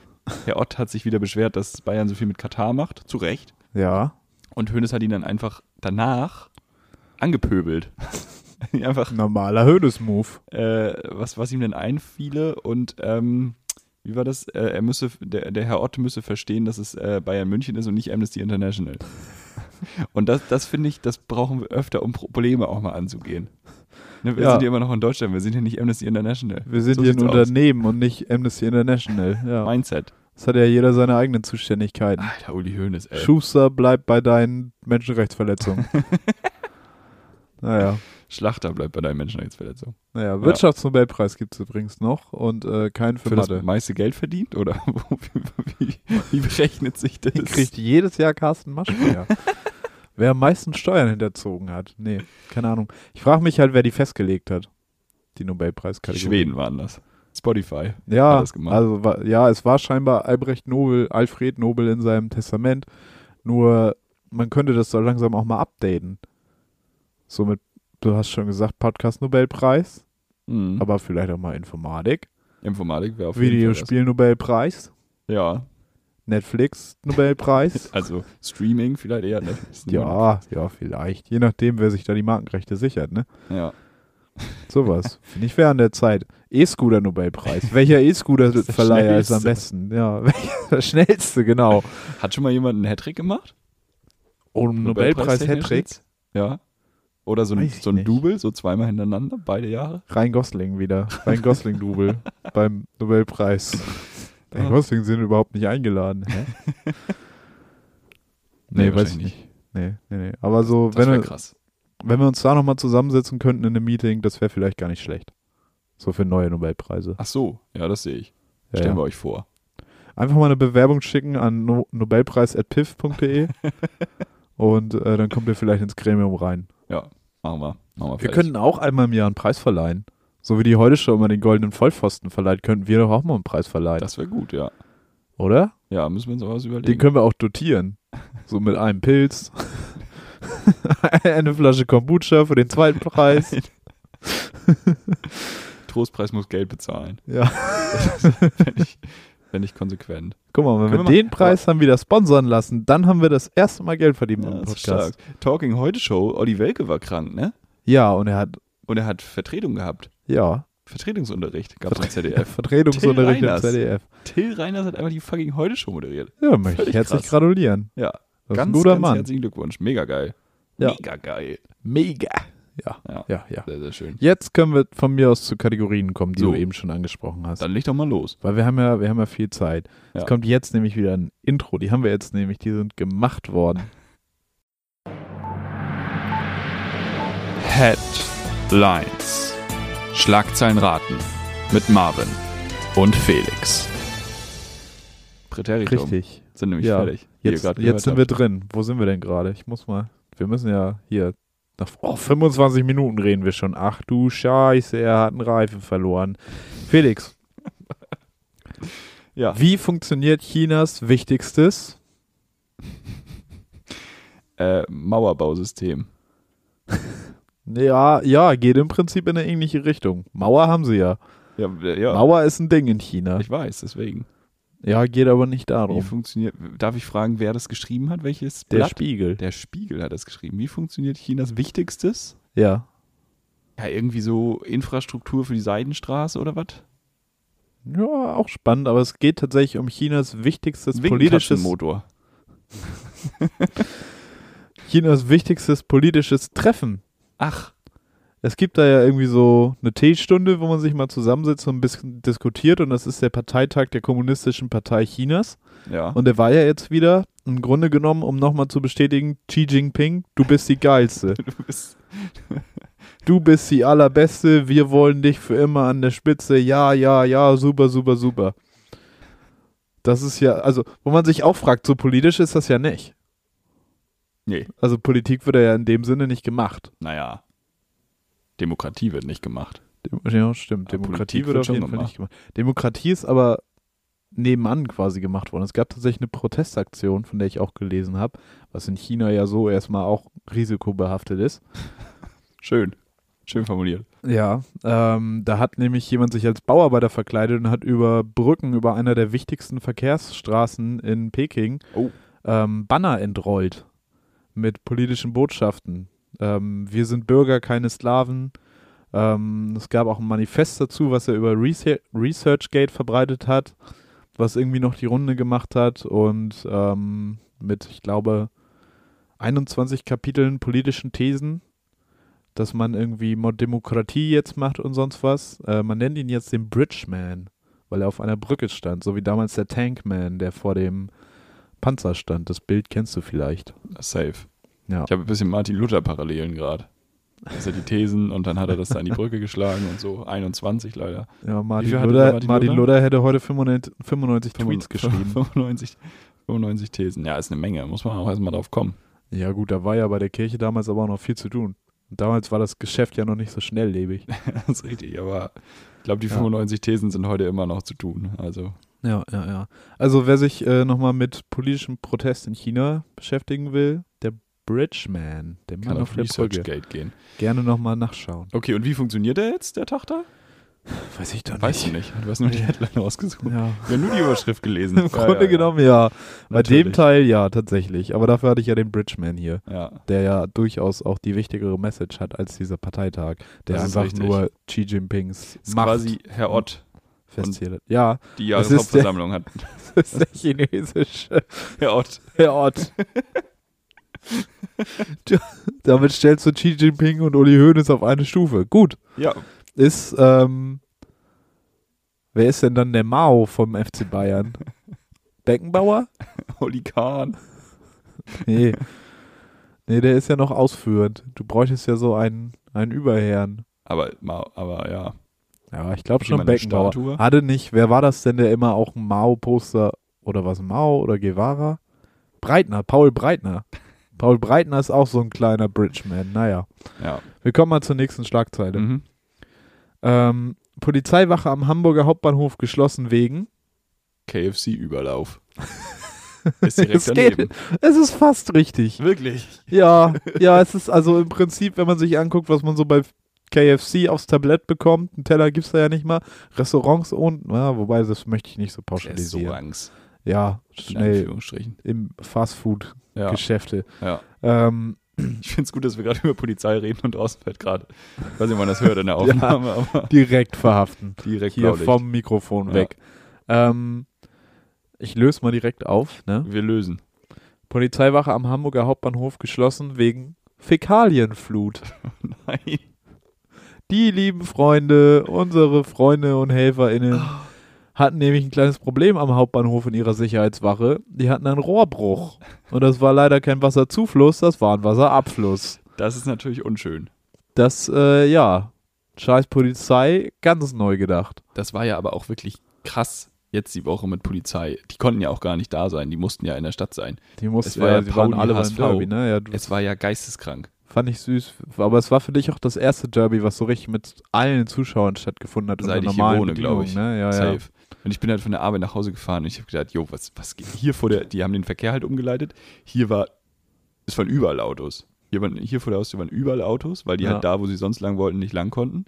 S1: Herr Ott hat sich wieder beschwert, dass Bayern so viel mit Katar macht. Zu Recht.
S2: Ja.
S1: Und Hönes hat ihn dann einfach danach angepöbelt. einfach,
S2: Normaler Hönes-Move.
S1: äh, was, was ihm denn einfiele. Und ähm, wie war das? Äh, er müsse, der, der Herr Ott müsse verstehen, dass es äh, Bayern München ist und nicht Amnesty International. Und das, das finde ich, das brauchen wir öfter, um Probleme auch mal anzugehen. Ne, wir
S2: Ja.
S1: sind ja immer noch in Deutschland, wir sind ja nicht Amnesty International.
S2: Wir sind
S1: So
S2: hier ein
S1: sieht's aus.
S2: Unternehmen und nicht Amnesty International. Ja.
S1: Mindset.
S2: Das hat ja jeder seine eigenen Zuständigkeiten.
S1: Alter, Uli Hoeneß,
S2: Äh.
S1: ey.
S2: Schuster, bleib bei deinen Menschenrechtsverletzungen. naja.
S1: Schlachter bleibt bei deinen Menschenrechtsverletzungen.
S2: Naja, Wirtschaftsnobelpreis gibt es übrigens noch und äh, kein für,
S1: Für das
S2: Mathe.
S1: meiste Geld verdient? Oder wie, wie, wie berechnet sich das?
S2: Den kriegt jedes Jahr Carsten Maschmeyer. wer am meisten Steuern hinterzogen hat. Nee, keine Ahnung. Ich frage mich halt, wer die festgelegt hat.
S1: Die
S2: Die Nobelpreiskategorie.
S1: Schweden waren das. Spotify.
S2: Ja,
S1: hat das gemacht.
S2: also wa- ja, es war scheinbar Albrecht Nobel, Alfred Nobel in seinem Testament. Nur man könnte das so langsam auch mal updaten. Somit, du hast schon gesagt, Podcast Nobelpreis,
S1: Mhm.
S2: aber vielleicht auch mal Informatik,
S1: Informatik wäre auf jeden Fall.
S2: Videospiel Nobelpreis,
S1: was. Ja,
S2: Netflix Nobelpreis.
S1: also Streaming vielleicht eher. Ne? Ist niemand-
S2: ja, ja, vielleicht. Je nachdem, wer sich da die Markenrechte sichert, ne?
S1: ja.
S2: Sowas. Finde ich fair an der Zeit. E-Scooter Nobelpreis. Welcher
S1: der
S2: E-Scooter-Verleiher ist am
S1: schnellste.
S2: besten? Ja, welcher der schnellste, genau.
S1: Hat schon mal jemand einen Hattrick gemacht?
S2: Oh, Nobelpreis-Hattrick.
S1: technisch jetzt? Ja. Oder so ein,
S2: Weiß ich
S1: so ein
S2: nicht.
S1: Double, so zweimal hintereinander, beide Jahre.
S2: Rhein Gosling wieder. Rhein Gosling Double beim Nobelpreis. Rhein
S1: Ja.
S2: Gosling sind überhaupt nicht eingeladen. Hä? Nee, weiß
S1: wahrscheinlich
S2: ich nicht. Nee, nee, nee. Aber so,
S1: Das
S2: wenn,
S1: wäre
S2: wir-
S1: krass.
S2: wenn wir uns da nochmal zusammensetzen könnten in einem Meeting, das wäre vielleicht gar nicht schlecht. So für neue Nobelpreise.
S1: Ach so, ja, das sehe ich.
S2: Ja,
S1: Stellen wir
S2: ja.
S1: euch vor.
S2: Einfach mal eine Bewerbung schicken an no nobelpreis.piff.de und äh, dann kommt ihr vielleicht ins Gremium rein.
S1: Machen wir. Machen wir,
S2: Wir
S1: fertig.
S2: könnten auch einmal im Jahr einen Preis verleihen. So wie die heute schon immer den goldenen Vollpfosten verleiht, könnten wir doch auch mal einen Preis verleihen,
S1: Das wäre gut, ja.
S2: oder?
S1: Ja, müssen wir uns aber was
S2: Den
S1: überlegen.
S2: können wir auch dotieren. So mit einem Pilz. Eine Flasche Kombucha für den zweiten Preis.
S1: Trostpreis muss Geld bezahlen.
S2: Ja.
S1: Wenn ich, wenn ich konsequent.
S2: Guck mal, wenn wir,
S1: Können wir
S2: den Preis haben wieder sponsern lassen, dann haben wir das erste Mal Geld verdient mit dem
S1: das ist
S2: Podcast.
S1: stark. Talking Heute Show, Olli Welke war krank, ne?
S2: Ja, und er hat,
S1: Und er hat Vertretung gehabt.
S2: ja,
S1: Vertretungsunterricht gab es im
S2: der
S1: ZDF.
S2: Vertretungsunterricht
S1: Till
S2: im
S1: Reiners.
S2: ZDF.
S1: Till Reiners hat einfach die fucking Heute Show moderiert.
S2: Ja, möchte ich
S1: Völlig
S2: herzlich
S1: krass.
S2: gratulieren.
S1: Ja,
S2: Das ist
S1: ganz,
S2: ein guter
S1: ganz
S2: Mann.
S1: herzlichen Glückwunsch. Mega geil.
S2: Ja.
S1: Mega geil.
S2: Mega. Ja,
S1: Ja.
S2: ja, ja.
S1: Sehr, sehr schön.
S2: Jetzt können wir von mir aus zu Kategorien kommen, die
S1: So.
S2: du eben schon angesprochen hast.
S1: Dann leg doch mal los.
S2: Weil wir haben ja, wir haben ja viel Zeit. Es
S1: Ja.
S2: kommt jetzt nämlich wieder ein Intro. Die haben wir jetzt nämlich, die sind gemacht worden.
S1: Headlines. Schlagzeilen raten. Mit Marvin und Felix. Präteritum.
S2: Richtig.
S1: Sind nämlich
S2: Ja.
S1: fertig. wie ihr
S2: Jetzt,
S1: gerade gehört
S2: jetzt sind wir drin. Wo sind wir denn gerade? Ich muss mal. Wir müssen ja hier. Nach, oh, 25 Minuten reden wir schon. Ach du Scheiße, er hat einen Reifen verloren. Felix,
S1: habt. Ja.
S2: wie funktioniert Chinas wichtigstes?
S1: Äh, Mauerbausystem.
S2: Ja, ja, geht im Prinzip in eine ähnliche Richtung. Mauer haben sie ja.
S1: Ja, äh, ja.
S2: Mauer ist ein Ding in China.
S1: ich weiß, deswegen.
S2: Ja, geht aber nicht
S1: Wie
S2: darum.
S1: funktioniert, darf ich fragen, wer das geschrieben hat? Welches
S2: Der
S1: Blatt?
S2: Spiegel.
S1: Der Spiegel hat das geschrieben. Wie funktioniert Chinas Wichtigstes?
S2: Ja.
S1: Ja, irgendwie so Infrastruktur für die Seidenstraße oder was?
S2: Ja, auch spannend, aber es geht tatsächlich um Chinas wichtigstes
S1: Wegen
S2: politisches
S1: Katzenmotor.
S2: Chinas wichtigstes politisches Treffen.
S1: Ach,
S2: Es gibt da ja irgendwie so eine Teestunde, wo man sich mal zusammensitzt und ein bisschen diskutiert und das ist der Parteitag der Kommunistischen Partei Chinas
S1: ja.
S2: und der war ja jetzt wieder im Grunde genommen, um nochmal zu bestätigen, Xi Jinping, du bist die geilste.
S1: du bist
S2: Du bist die allerbeste, wir wollen dich für immer an der Spitze. Ja, ja, ja, super, super, super. Das ist ja, also, wo man sich auch fragt, so politisch ist das ja nicht.
S1: nee,
S2: Also Politik wird ja in dem Sinne nicht gemacht.
S1: naja. Demokratie wird nicht gemacht.
S2: Dem- Ja, stimmt.
S1: Aber
S2: Demokratie
S1: Politik
S2: wird
S1: wird
S2: auf
S1: schon
S2: jeden Fall nicht gemacht. Demokratie ist aber nebenan quasi gemacht worden. Es gab tatsächlich eine Protestaktion, von der ich auch gelesen habe, was in China ja so erstmal auch risikobehaftet ist.
S1: Schön. Schön formuliert.
S2: Ja, ähm, da hat nämlich jemand sich als Bauarbeiter verkleidet und hat über Brücken, über einer der wichtigsten Verkehrsstraßen in Peking,
S1: Oh.
S2: ähm, Banner entrollt mit politischen Botschaften. Ähm, wir sind Bürger, keine Sklaven. Ähm, es gab auch ein Manifest dazu, was er über Rese ResearchGate verbreitet hat, was irgendwie noch die Runde gemacht hat und ähm, mit, ich glaube, 21 Kapiteln politischen Thesen dass man irgendwie Mod Demokratie jetzt macht und sonst was. Äh, man nennt ihn jetzt den Bridgeman, weil er auf einer Brücke stand, so wie damals der Tankman, der vor dem Panzer stand. Das Bild kennst du vielleicht.
S1: Safe.
S2: Ja.
S1: Ich habe ein bisschen Martin Luther Parallelen gerade. Also die Thesen und dann hat er das da an die Brücke geschlagen und so. 21 leider.
S2: Ja,
S1: Wie
S2: Martin,
S1: viel hatte
S2: Luther,
S1: Martin
S2: Martin,
S1: Luther?
S2: Luther hätte heute 95, 95 Tweets geschrieben.
S1: 95, 95 Thesen. Ja, ist eine Menge. Muss man auch erstmal drauf kommen.
S2: Ja gut, da war ja bei der Kirche damals aber auch noch viel zu tun. Und damals war das Geschäft ja noch nicht so schnelllebig.
S1: Das ist richtig. Aber ich glaube, die
S2: Ja.
S1: 95 Thesen sind heute immer noch zu tun. Also
S2: Ja, ja, ja. Also wer sich äh, nochmal mit politischem Protest in China beschäftigen will, der Bridgeman, der Mann
S1: kann
S2: auf
S1: auf
S2: der Brücke.
S1: ResearchGate gehen.
S2: Gerne nochmal nachschauen.
S1: Okay, und wie funktioniert der jetzt, der Tag da?
S2: Weiß ich doch
S1: Weißt du nicht. Du hast nur die Headline rausgesucht.
S2: Ja.
S1: Wir haben nur die Überschrift gelesen.
S2: Im Grunde genommen ja. Bei
S1: Natürlich.
S2: dem Teil ja, tatsächlich. Aber dafür hatte ich ja den Bridgeman hier,
S1: Ja,
S2: der ja durchaus auch die wichtigere Message hat als dieser Parteitag, der
S1: Das ist
S2: einfach
S1: richtig.
S2: nur Xi Jinpings
S1: ist
S2: Macht
S1: quasi Herr Ott,
S2: festhielt. Ja,
S1: die
S2: Das ist der-
S1: Jahreshauptversammlung hat.
S2: das ist der chinesische
S1: Herr Ott.
S2: Herr Ott. Du- Damit stellst du Xi Jinping und Uli Hoeneß auf eine Stufe. Gut.
S1: Ja,
S2: Ist, ähm, wer ist denn dann der Mao vom FC Bayern? Beckenbauer?
S1: Oli Kahn.
S2: Nee. Nee, der ist ja noch ausführend. Du bräuchtest ja so einen, einen Überherrn.
S1: Aber, ma- aber ja,
S2: Ja, ich glaube
S1: Wie
S2: schon
S1: meine
S2: Beckenbauer.
S1: Statue?
S2: Hatte nicht, wer war das denn, der immer auch ein Mao-Poster oder was, Mao oder Guevara? Breitner, Paul Breitner. Paul Breitner ist auch so ein kleiner Bridgeman. Naja,
S1: ja.
S2: wir kommen mal zur nächsten Schlagzeile.
S1: Mhm.
S2: Ähm, Polizeiwache am Hamburger Hauptbahnhof geschlossen wegen.
S1: KFC-Überlauf. Ist direkt
S2: Es geht.
S1: daneben.
S2: Es ist fast richtig.
S1: Wirklich?
S2: Ja, ja, es ist also im Prinzip, wenn man sich anguckt, was man so bei KFC aufs Tablett bekommt, einen Teller gibt es da ja nicht mal, Restaurants und, na, wobei das möchte ich nicht so pauschalisieren.
S1: Restaurants.
S2: ja,
S1: In
S2: schnell
S1: Anführungsstrichen.
S2: im Fastfood-Geschäfte.
S1: Ja, ja.
S2: Ähm,
S1: Ich finde es gut, dass wir gerade über Polizei reden und draußen fällt gerade. Ich weiß nicht, ob man das hört in der Aufnahme, aber
S2: direkt verhaften.
S1: direkt
S2: Hier
S1: Blaulicht.
S2: vom Mikrofon
S1: Ja.
S2: weg. Ähm, ich löse mal direkt auf. Ne?
S1: Wir lösen.
S2: Polizeiwache am Hamburger Hauptbahnhof geschlossen wegen Fäkalienflut.
S1: Nein.
S2: Die lieben Freunde, unsere Freunde und HelferInnen,
S1: Oh.
S2: hatten nämlich ein kleines Problem am Hauptbahnhof in ihrer Sicherheitswache. Die hatten einen Rohrbruch. Und das war leider kein Wasserzufluss, das war ein Wasserabfluss.
S1: Das ist natürlich unschön.
S2: Das, äh, ja, scheiß Polizei, ganz neu gedacht.
S1: Das war ja aber auch wirklich krass jetzt die Woche mit Polizei. Die konnten ja auch gar nicht da sein, die mussten ja in der Stadt sein.
S2: Die mussten,
S1: Es war ja
S2: die
S1: Pauli
S2: waren alle beim
S1: HSV.
S2: Derby, ne? Ja, du,
S1: Es war ja geisteskrank.
S2: fand ich süß. Aber es war für dich auch das erste Derby, was so richtig mit allen Zuschauern stattgefunden hat.
S1: Seit
S2: unter
S1: ich hier
S2: normalen
S1: wohne, glaub ich.
S2: Bedingungen, Ne? Ja, ja.
S1: Safe. Und ich bin halt von der Arbeit nach Hause gefahren und ich habe gedacht, jo, was, was geht hier vor der, die haben den Verkehr halt umgeleitet. Hier war, es waren überall Autos. Hier, waren, hier vor der Haustür waren überall Autos, weil die
S2: Ja.
S1: halt da, wo sie sonst lang wollten, nicht lang konnten.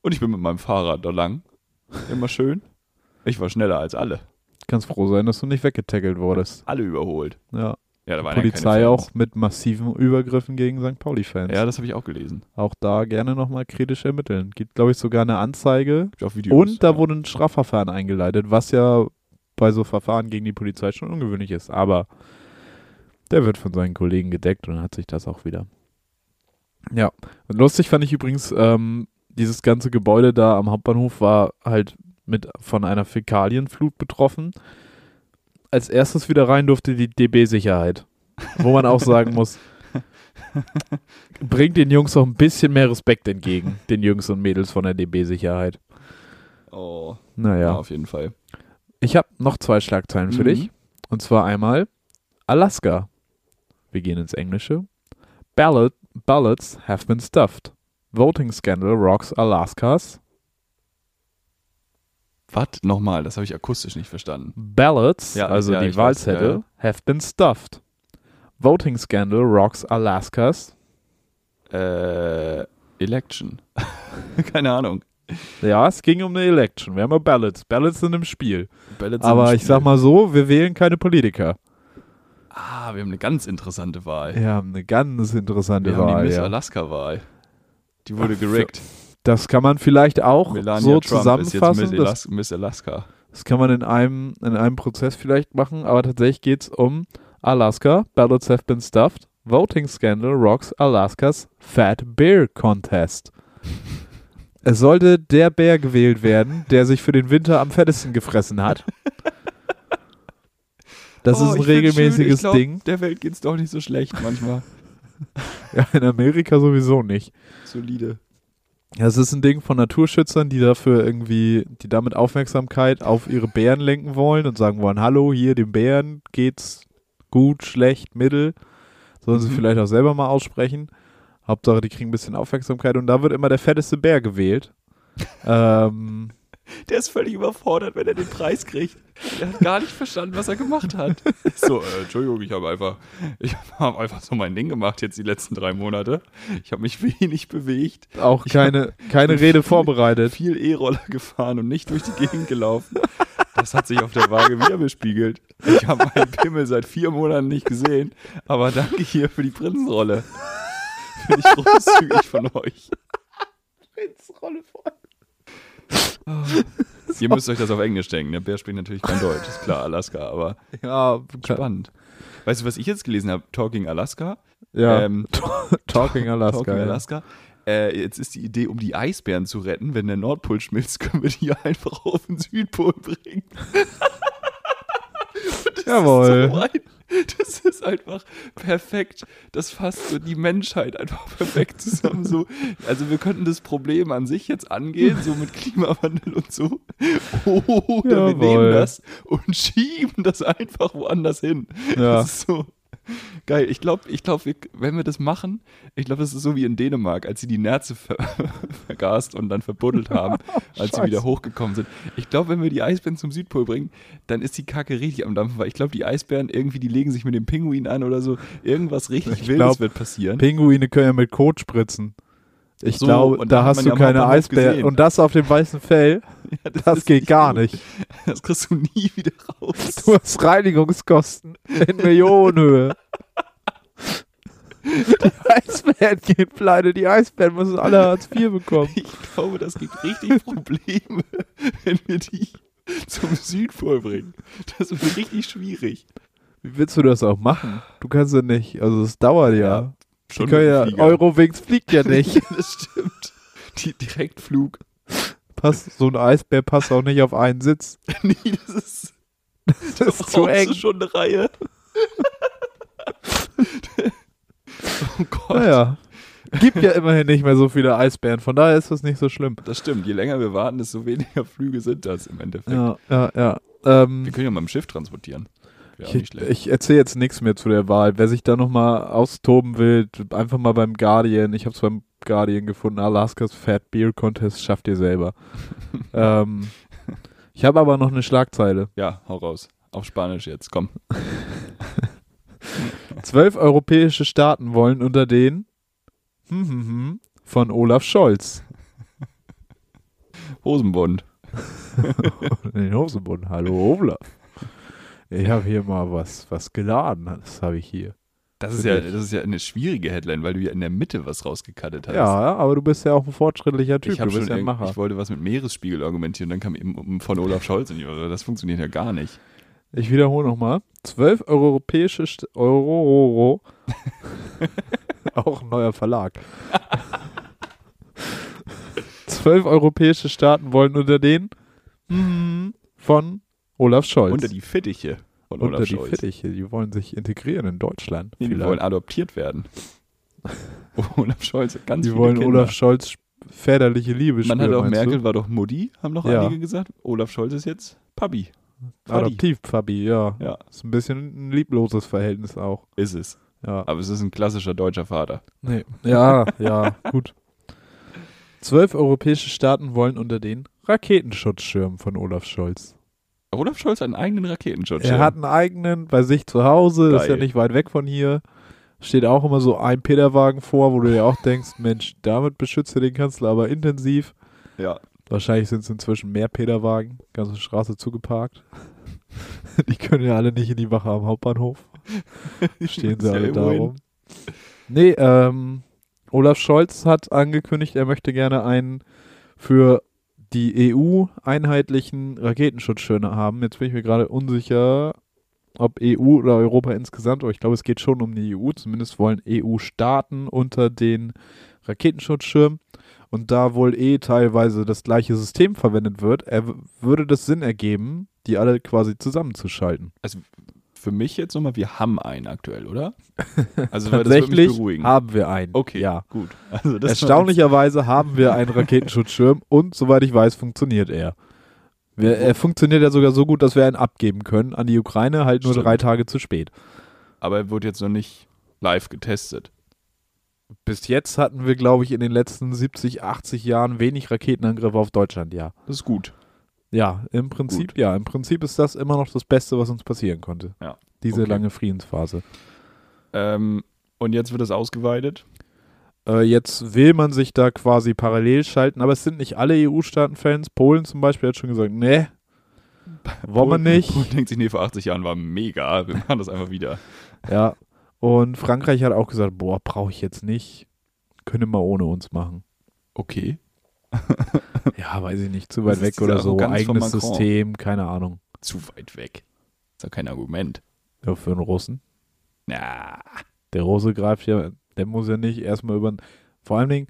S1: Und ich bin mit meinem Fahrrad da lang. Immer schön. Ich war schneller als alle.
S2: Kannst froh sein, dass du nicht weggetackelt wurdest.
S1: Alle überholt.
S2: Ja.
S1: Ja, da waren
S2: Polizei
S1: ja keine Fans.
S2: auch mit massiven Übergriffen gegen St. Pauli-Fans.
S1: Ja, das habe ich auch gelesen.
S2: Auch da gerne nochmal kritisch ermitteln. Gibt, glaube ich, sogar eine Anzeige.
S1: Gibt auch Videos.
S2: Und da
S1: ja.
S2: wurde ein Strafverfahren eingeleitet, was ja bei so Verfahren gegen die Polizei schon ungewöhnlich ist. Aber der wird von seinen Kollegen gedeckt und hat sich das auch wieder. Ja, und lustig fand ich übrigens, ähm, dieses ganze Gebäude da am Hauptbahnhof war halt mit von einer Fäkalienflut betroffen. Als erstes wieder rein durfte die DB-Sicherheit, wo man auch sagen muss, bringt den Jungs auch ein bisschen mehr Respekt entgegen, den Jungs und Mädels von der DB-Sicherheit.
S1: Oh, ja.
S2: Naja.
S1: auf jeden Fall.
S2: Ich habe noch zwei Schlagzeilen für
S1: Mhm.
S2: dich. Und zwar einmal Alaska. Wir gehen ins Englische. Ballot, ballots have been stuffed. Voting scandal rocks Alaskas.
S1: Was? Nochmal, das habe ich akustisch nicht verstanden.
S2: Ballots,
S1: Ja,
S2: also
S1: ja,
S2: die
S1: ich weiß,
S2: Wahlzettel,
S1: ja,
S2: have been stuffed. Voting scandal rocks Alaskas.
S1: Äh, Election. Keine Ahnung.
S2: Ja, es ging um eine Election. Wir haben ja Ballots. Ballots sind im Spiel.
S1: Ballots im
S2: Aber ich
S1: Spiel.
S2: sag mal so, wir wählen keine Politiker.
S1: Ah, wir haben eine ganz interessante Wahl.
S2: Wir haben eine ganz interessante
S1: wir haben
S2: Wahl.
S1: die Miss
S2: ja.
S1: Alaska-Wahl. Die wurde
S2: Ach, für-
S1: gerickt.
S2: Das kann man vielleicht auch
S1: Melania
S2: so
S1: Trump ist jetzt Miss,
S2: zusammenfassen. dass
S1: Alas Miss Alaska.
S2: Das kann man in einem, in einem Prozess vielleicht machen, aber tatsächlich geht es um Alaska, Ballots have been stuffed, Voting Scandal rocks Alaskas Fat Bear Contest. Es sollte der Bär gewählt werden, der sich für den Winter am fettesten gefressen hat. Das
S1: Oh,
S2: ist ein
S1: ich find's schön. Ich
S2: regelmäßiges
S1: glaub,
S2: Ding.
S1: Der Welt geht's doch nicht so schlecht manchmal.
S2: Ja, in Amerika sowieso nicht.
S1: Solide.
S2: Ja, es ist ein Ding von Naturschützern, die dafür irgendwie, die damit Aufmerksamkeit auf ihre Bären lenken wollen und sagen wollen, hallo, hier dem Bären geht's gut, schlecht, mittel. Sollen sie
S1: Mhm.
S2: vielleicht auch selber mal aussprechen. Hauptsache, die kriegen ein bisschen Aufmerksamkeit und da wird immer der fetteste Bär gewählt. ähm,
S1: Der ist völlig überfordert, wenn er den Preis kriegt. Er hat gar nicht verstanden, was er gemacht hat. So, äh, Entschuldigung, ich habe einfach, ich habe einfach so mein Ding gemacht jetzt die letzten drei Monate. Ich habe mich wenig bewegt,
S2: auch
S1: Ich
S2: keine, keine Rede vorbereitet.
S1: viel E-Roller gefahren und nicht durch die Gegend gelaufen. Das hat sich auf der Waage wieder bespiegelt. Ich habe meinen Pimmel seit vier Monaten nicht gesehen, aber danke hier für die Prinzenrolle. Finde ich großzügig von euch.
S2: Prinzrolle vor.
S1: Ihr müsst euch das auf Englisch denken. Der Bär spricht natürlich kein Deutsch, ist klar, Alaska, aber
S2: Ja, klar.
S1: spannend. Weißt du, was ich jetzt gelesen habe? Talking Alaska.
S2: ja.
S1: Ähm,
S2: Talking Alaska.
S1: Talking
S2: ja.
S1: Alaska. Äh, jetzt ist die Idee, um die Eisbären zu retten, wenn der Nordpol schmilzt, können wir die einfach auf den Südpol bringen.
S2: Jawohl.
S1: So ein, das ist einfach perfekt. Das fasst so die Menschheit einfach perfekt zusammen. So, also wir könnten das Problem an sich jetzt angehen, so mit Klimawandel und so. Oder wir
S2: Jawohl.
S1: nehmen das und schieben das einfach woanders hin.
S2: Ja.
S1: Das ist so geil. Ich glaube, ich glaub, wir, wenn wir das machen, ich glaube, das ist so wie in Dänemark, als sie die Nerze ver vergast und dann verbuddelt haben, als sie
S2: Scheiße.
S1: wieder hochgekommen sind. Ich glaube, wenn wir die Eisbären zum Südpol bringen, dann ist die Kacke richtig am Dampfen, weil ich glaube, die Eisbären irgendwie, die legen sich mit dem Pinguin an oder so. Irgendwas richtig
S2: Ich
S1: Wildes
S2: glaub,
S1: wird passieren.
S2: Pinguine können ja mit Kot spritzen. Ich
S1: So,
S2: glaube,
S1: und
S2: da
S1: hat
S2: hast
S1: man
S2: du
S1: ja am
S2: keine
S1: Hauptbahnhof
S2: Eisbären.
S1: gesehen.
S2: Und das auf dem weißen Fell,
S1: Ja,
S2: das,
S1: ist
S2: geht gar
S1: gut.
S2: nicht.
S1: Das kriegst du nie wieder raus.
S2: Du hast Reinigungskosten in Millionenhöhe. Die Eisbären gehen pleite. Die Eisbären müssen alle Hartz IV bekommen.
S1: Ich glaube, das gibt richtig Probleme, wenn wir die zum Südpol bringen. Das wird richtig schwierig.
S2: Wie willst du das auch machen? Du kannst ja nicht. Also, es dauert ja.
S1: Ja.
S2: Die
S1: Schon
S2: können
S1: mit
S2: ja,
S1: dem Flieger.
S2: Eurowings fliegt ja nicht.
S1: das stimmt. Die Direktflug.
S2: Passt, so ein Eisbär passt auch nicht auf einen Sitz.
S1: nee, das ist,
S2: Das ist zu
S1: brauchst du
S2: eng.
S1: schon eine Reihe. oh Gott.
S2: Naja. Gibt ja immerhin nicht mehr so viele Eisbären, von daher ist das nicht so schlimm.
S1: Das stimmt. Je länger wir warten, desto weniger Flüge sind das im Endeffekt.
S2: Ja, ja, ja. Ähm,
S1: Wir können ja mal im Schiff transportieren. Wäre auch nicht
S2: ich
S1: schlecht.
S2: ich erzähle jetzt nichts mehr zu der Wahl. Wer sich da nochmal austoben will, einfach mal beim Guardian. Ich habe es beim Guardian gefunden. Alaskas Fat Beer Contest schafft ihr selber. ähm, ich habe aber noch eine Schlagzeile.
S1: ja, hau raus. Auf Spanisch jetzt, komm.
S2: Zwölf europäische Staaten wollen unter den hm, hm, hm, von Olaf Scholz
S1: Hosenbund.
S2: in den Hosenbund. Hallo Olaf. Ich habe hier mal was, was geladen. Das habe ich hier.
S1: Das ist,
S2: Für
S1: ja,
S2: dich.
S1: das ist ja eine schwierige Headline, weil du ja in der Mitte was rausgekattet hast.
S2: Ja, aber du bist ja auch ein fortschrittlicher Typ.
S1: ich,
S2: du
S1: hab
S2: bist
S1: schon
S2: ja ein
S1: irgend-
S2: Macher.
S1: ich wollte was mit Meeresspiegel argumentieren, dann kam eben um- von Olaf Scholz und ich, war so, das funktioniert ja gar nicht.
S2: Ich wiederhole nochmal. Zwölf europäische St Euro. Auch ein neuer Verlag. Zwölf europäische Staaten wollen unter den mhm, von Olaf Scholz.
S1: Unter die Fittiche von
S2: Unter
S1: Olaf
S2: die
S1: Scholz.
S2: Fittiche. Die wollen sich integrieren in Deutschland.
S1: Nee, die
S2: vielleicht.
S1: wollen adoptiert werden. Olaf Scholz hat ganz
S2: die
S1: viele
S2: wollen
S1: Kinder.
S2: Olaf Scholz väterliche Liebe
S1: Man
S2: spüren.
S1: hat auch
S2: meinst
S1: Merkel, war doch Mutti, haben noch
S2: Ja.
S1: einige gesagt. Olaf Scholz ist jetzt Papi.
S2: du? Adoptiv-Fabi, ja.
S1: Ja,
S2: Ist ein bisschen ein liebloses Verhältnis auch.
S1: ist es.
S2: Ja.
S1: Aber es ist ein klassischer deutscher Vater.
S2: Nee. Ja, ja, gut. Zwölf europäische Staaten wollen unter den Raketenschutzschirm von Olaf Scholz.
S1: Olaf Scholz hat einen eigenen Raketenschutz.
S2: Er hat einen eigenen bei sich zu Hause, das ist ja
S1: Geil.
S2: nicht weit weg von hier. Steht auch immer so ein Peterwagen vor, wo du dir auch denkst, Mensch, damit beschützt er den Kanzler aber intensiv.
S1: ja.
S2: Wahrscheinlich sind es inzwischen mehr Peterwagen, ganze Straße zugeparkt. Die können ja alle nicht in die Wache am Hauptbahnhof. Stehen sie
S1: Ja,
S2: alle
S1: immerhin.
S2: darum. Nee, ähm, Olaf Scholz hat angekündigt, er möchte gerne einen für die EU einheitlichen Raketenschutzschirm haben. Jetzt bin ich mir gerade unsicher, ob EU oder Europa insgesamt, aber ich glaube, es geht schon um die EU. Zumindest wollen EU-Staaten unter den Raketenschutzschirm. Und da wohl eh teilweise das gleiche System verwendet wird, er w- würde das Sinn ergeben, die alle quasi zusammenzuschalten.
S1: Für mich jetzt nochmal, wir haben einen aktuell, oder? Also weil das würde mich
S2: Tatsächlich
S1: beruhigen.
S2: haben wir einen.
S1: Okay,
S2: Ja.
S1: gut. Also das
S2: Erstaunlicherweise haben wir einen Raketenschutzschirm und soweit ich weiß, funktioniert er. Wir, er funktioniert ja sogar so gut, dass wir einen abgeben können an die Ukraine, halt nur
S1: Stimmt.
S2: drei Tage zu spät.
S1: Aber er wurde jetzt noch nicht live getestet.
S2: Bis jetzt hatten wir, glaube ich, in den letzten 70, 80 Jahren wenig Raketenangriffe auf Deutschland, ja.
S1: Das ist gut.
S2: Ja, im Prinzip, ja. Im Prinzip ist das immer noch das Beste, was uns passieren konnte.
S1: Ja,
S2: Diese
S1: okay.
S2: lange Friedensphase.
S1: Ähm, und jetzt wird es ausgeweitet.
S2: Äh, jetzt will man sich da quasi parallel schalten, aber es sind nicht alle EU-Staaten Fans. Polen zum Beispiel hat schon gesagt, nee, wollen wir
S1: Polen-
S2: nicht.
S1: Polen denkt sich, nee, vor 80 Jahren war mega. Wir machen das einfach wieder.
S2: Ja. Und Frankreich hat auch gesagt, boah, brauche ich jetzt nicht. Können wir ohne uns machen.
S1: Okay.
S2: Ja, weiß ich nicht, zu
S1: Das
S2: weit
S1: ist
S2: weg
S1: diese
S2: oder so.
S1: Arroganz von
S2: Eigenes
S1: Macron.
S2: System, keine Ahnung.
S1: Zu weit weg. Ist doch kein Argument.
S2: Ja, für einen Russen.
S1: Na,
S2: Der Russe greift ja, der muss ja nicht erstmal über. Vor allen Dingen,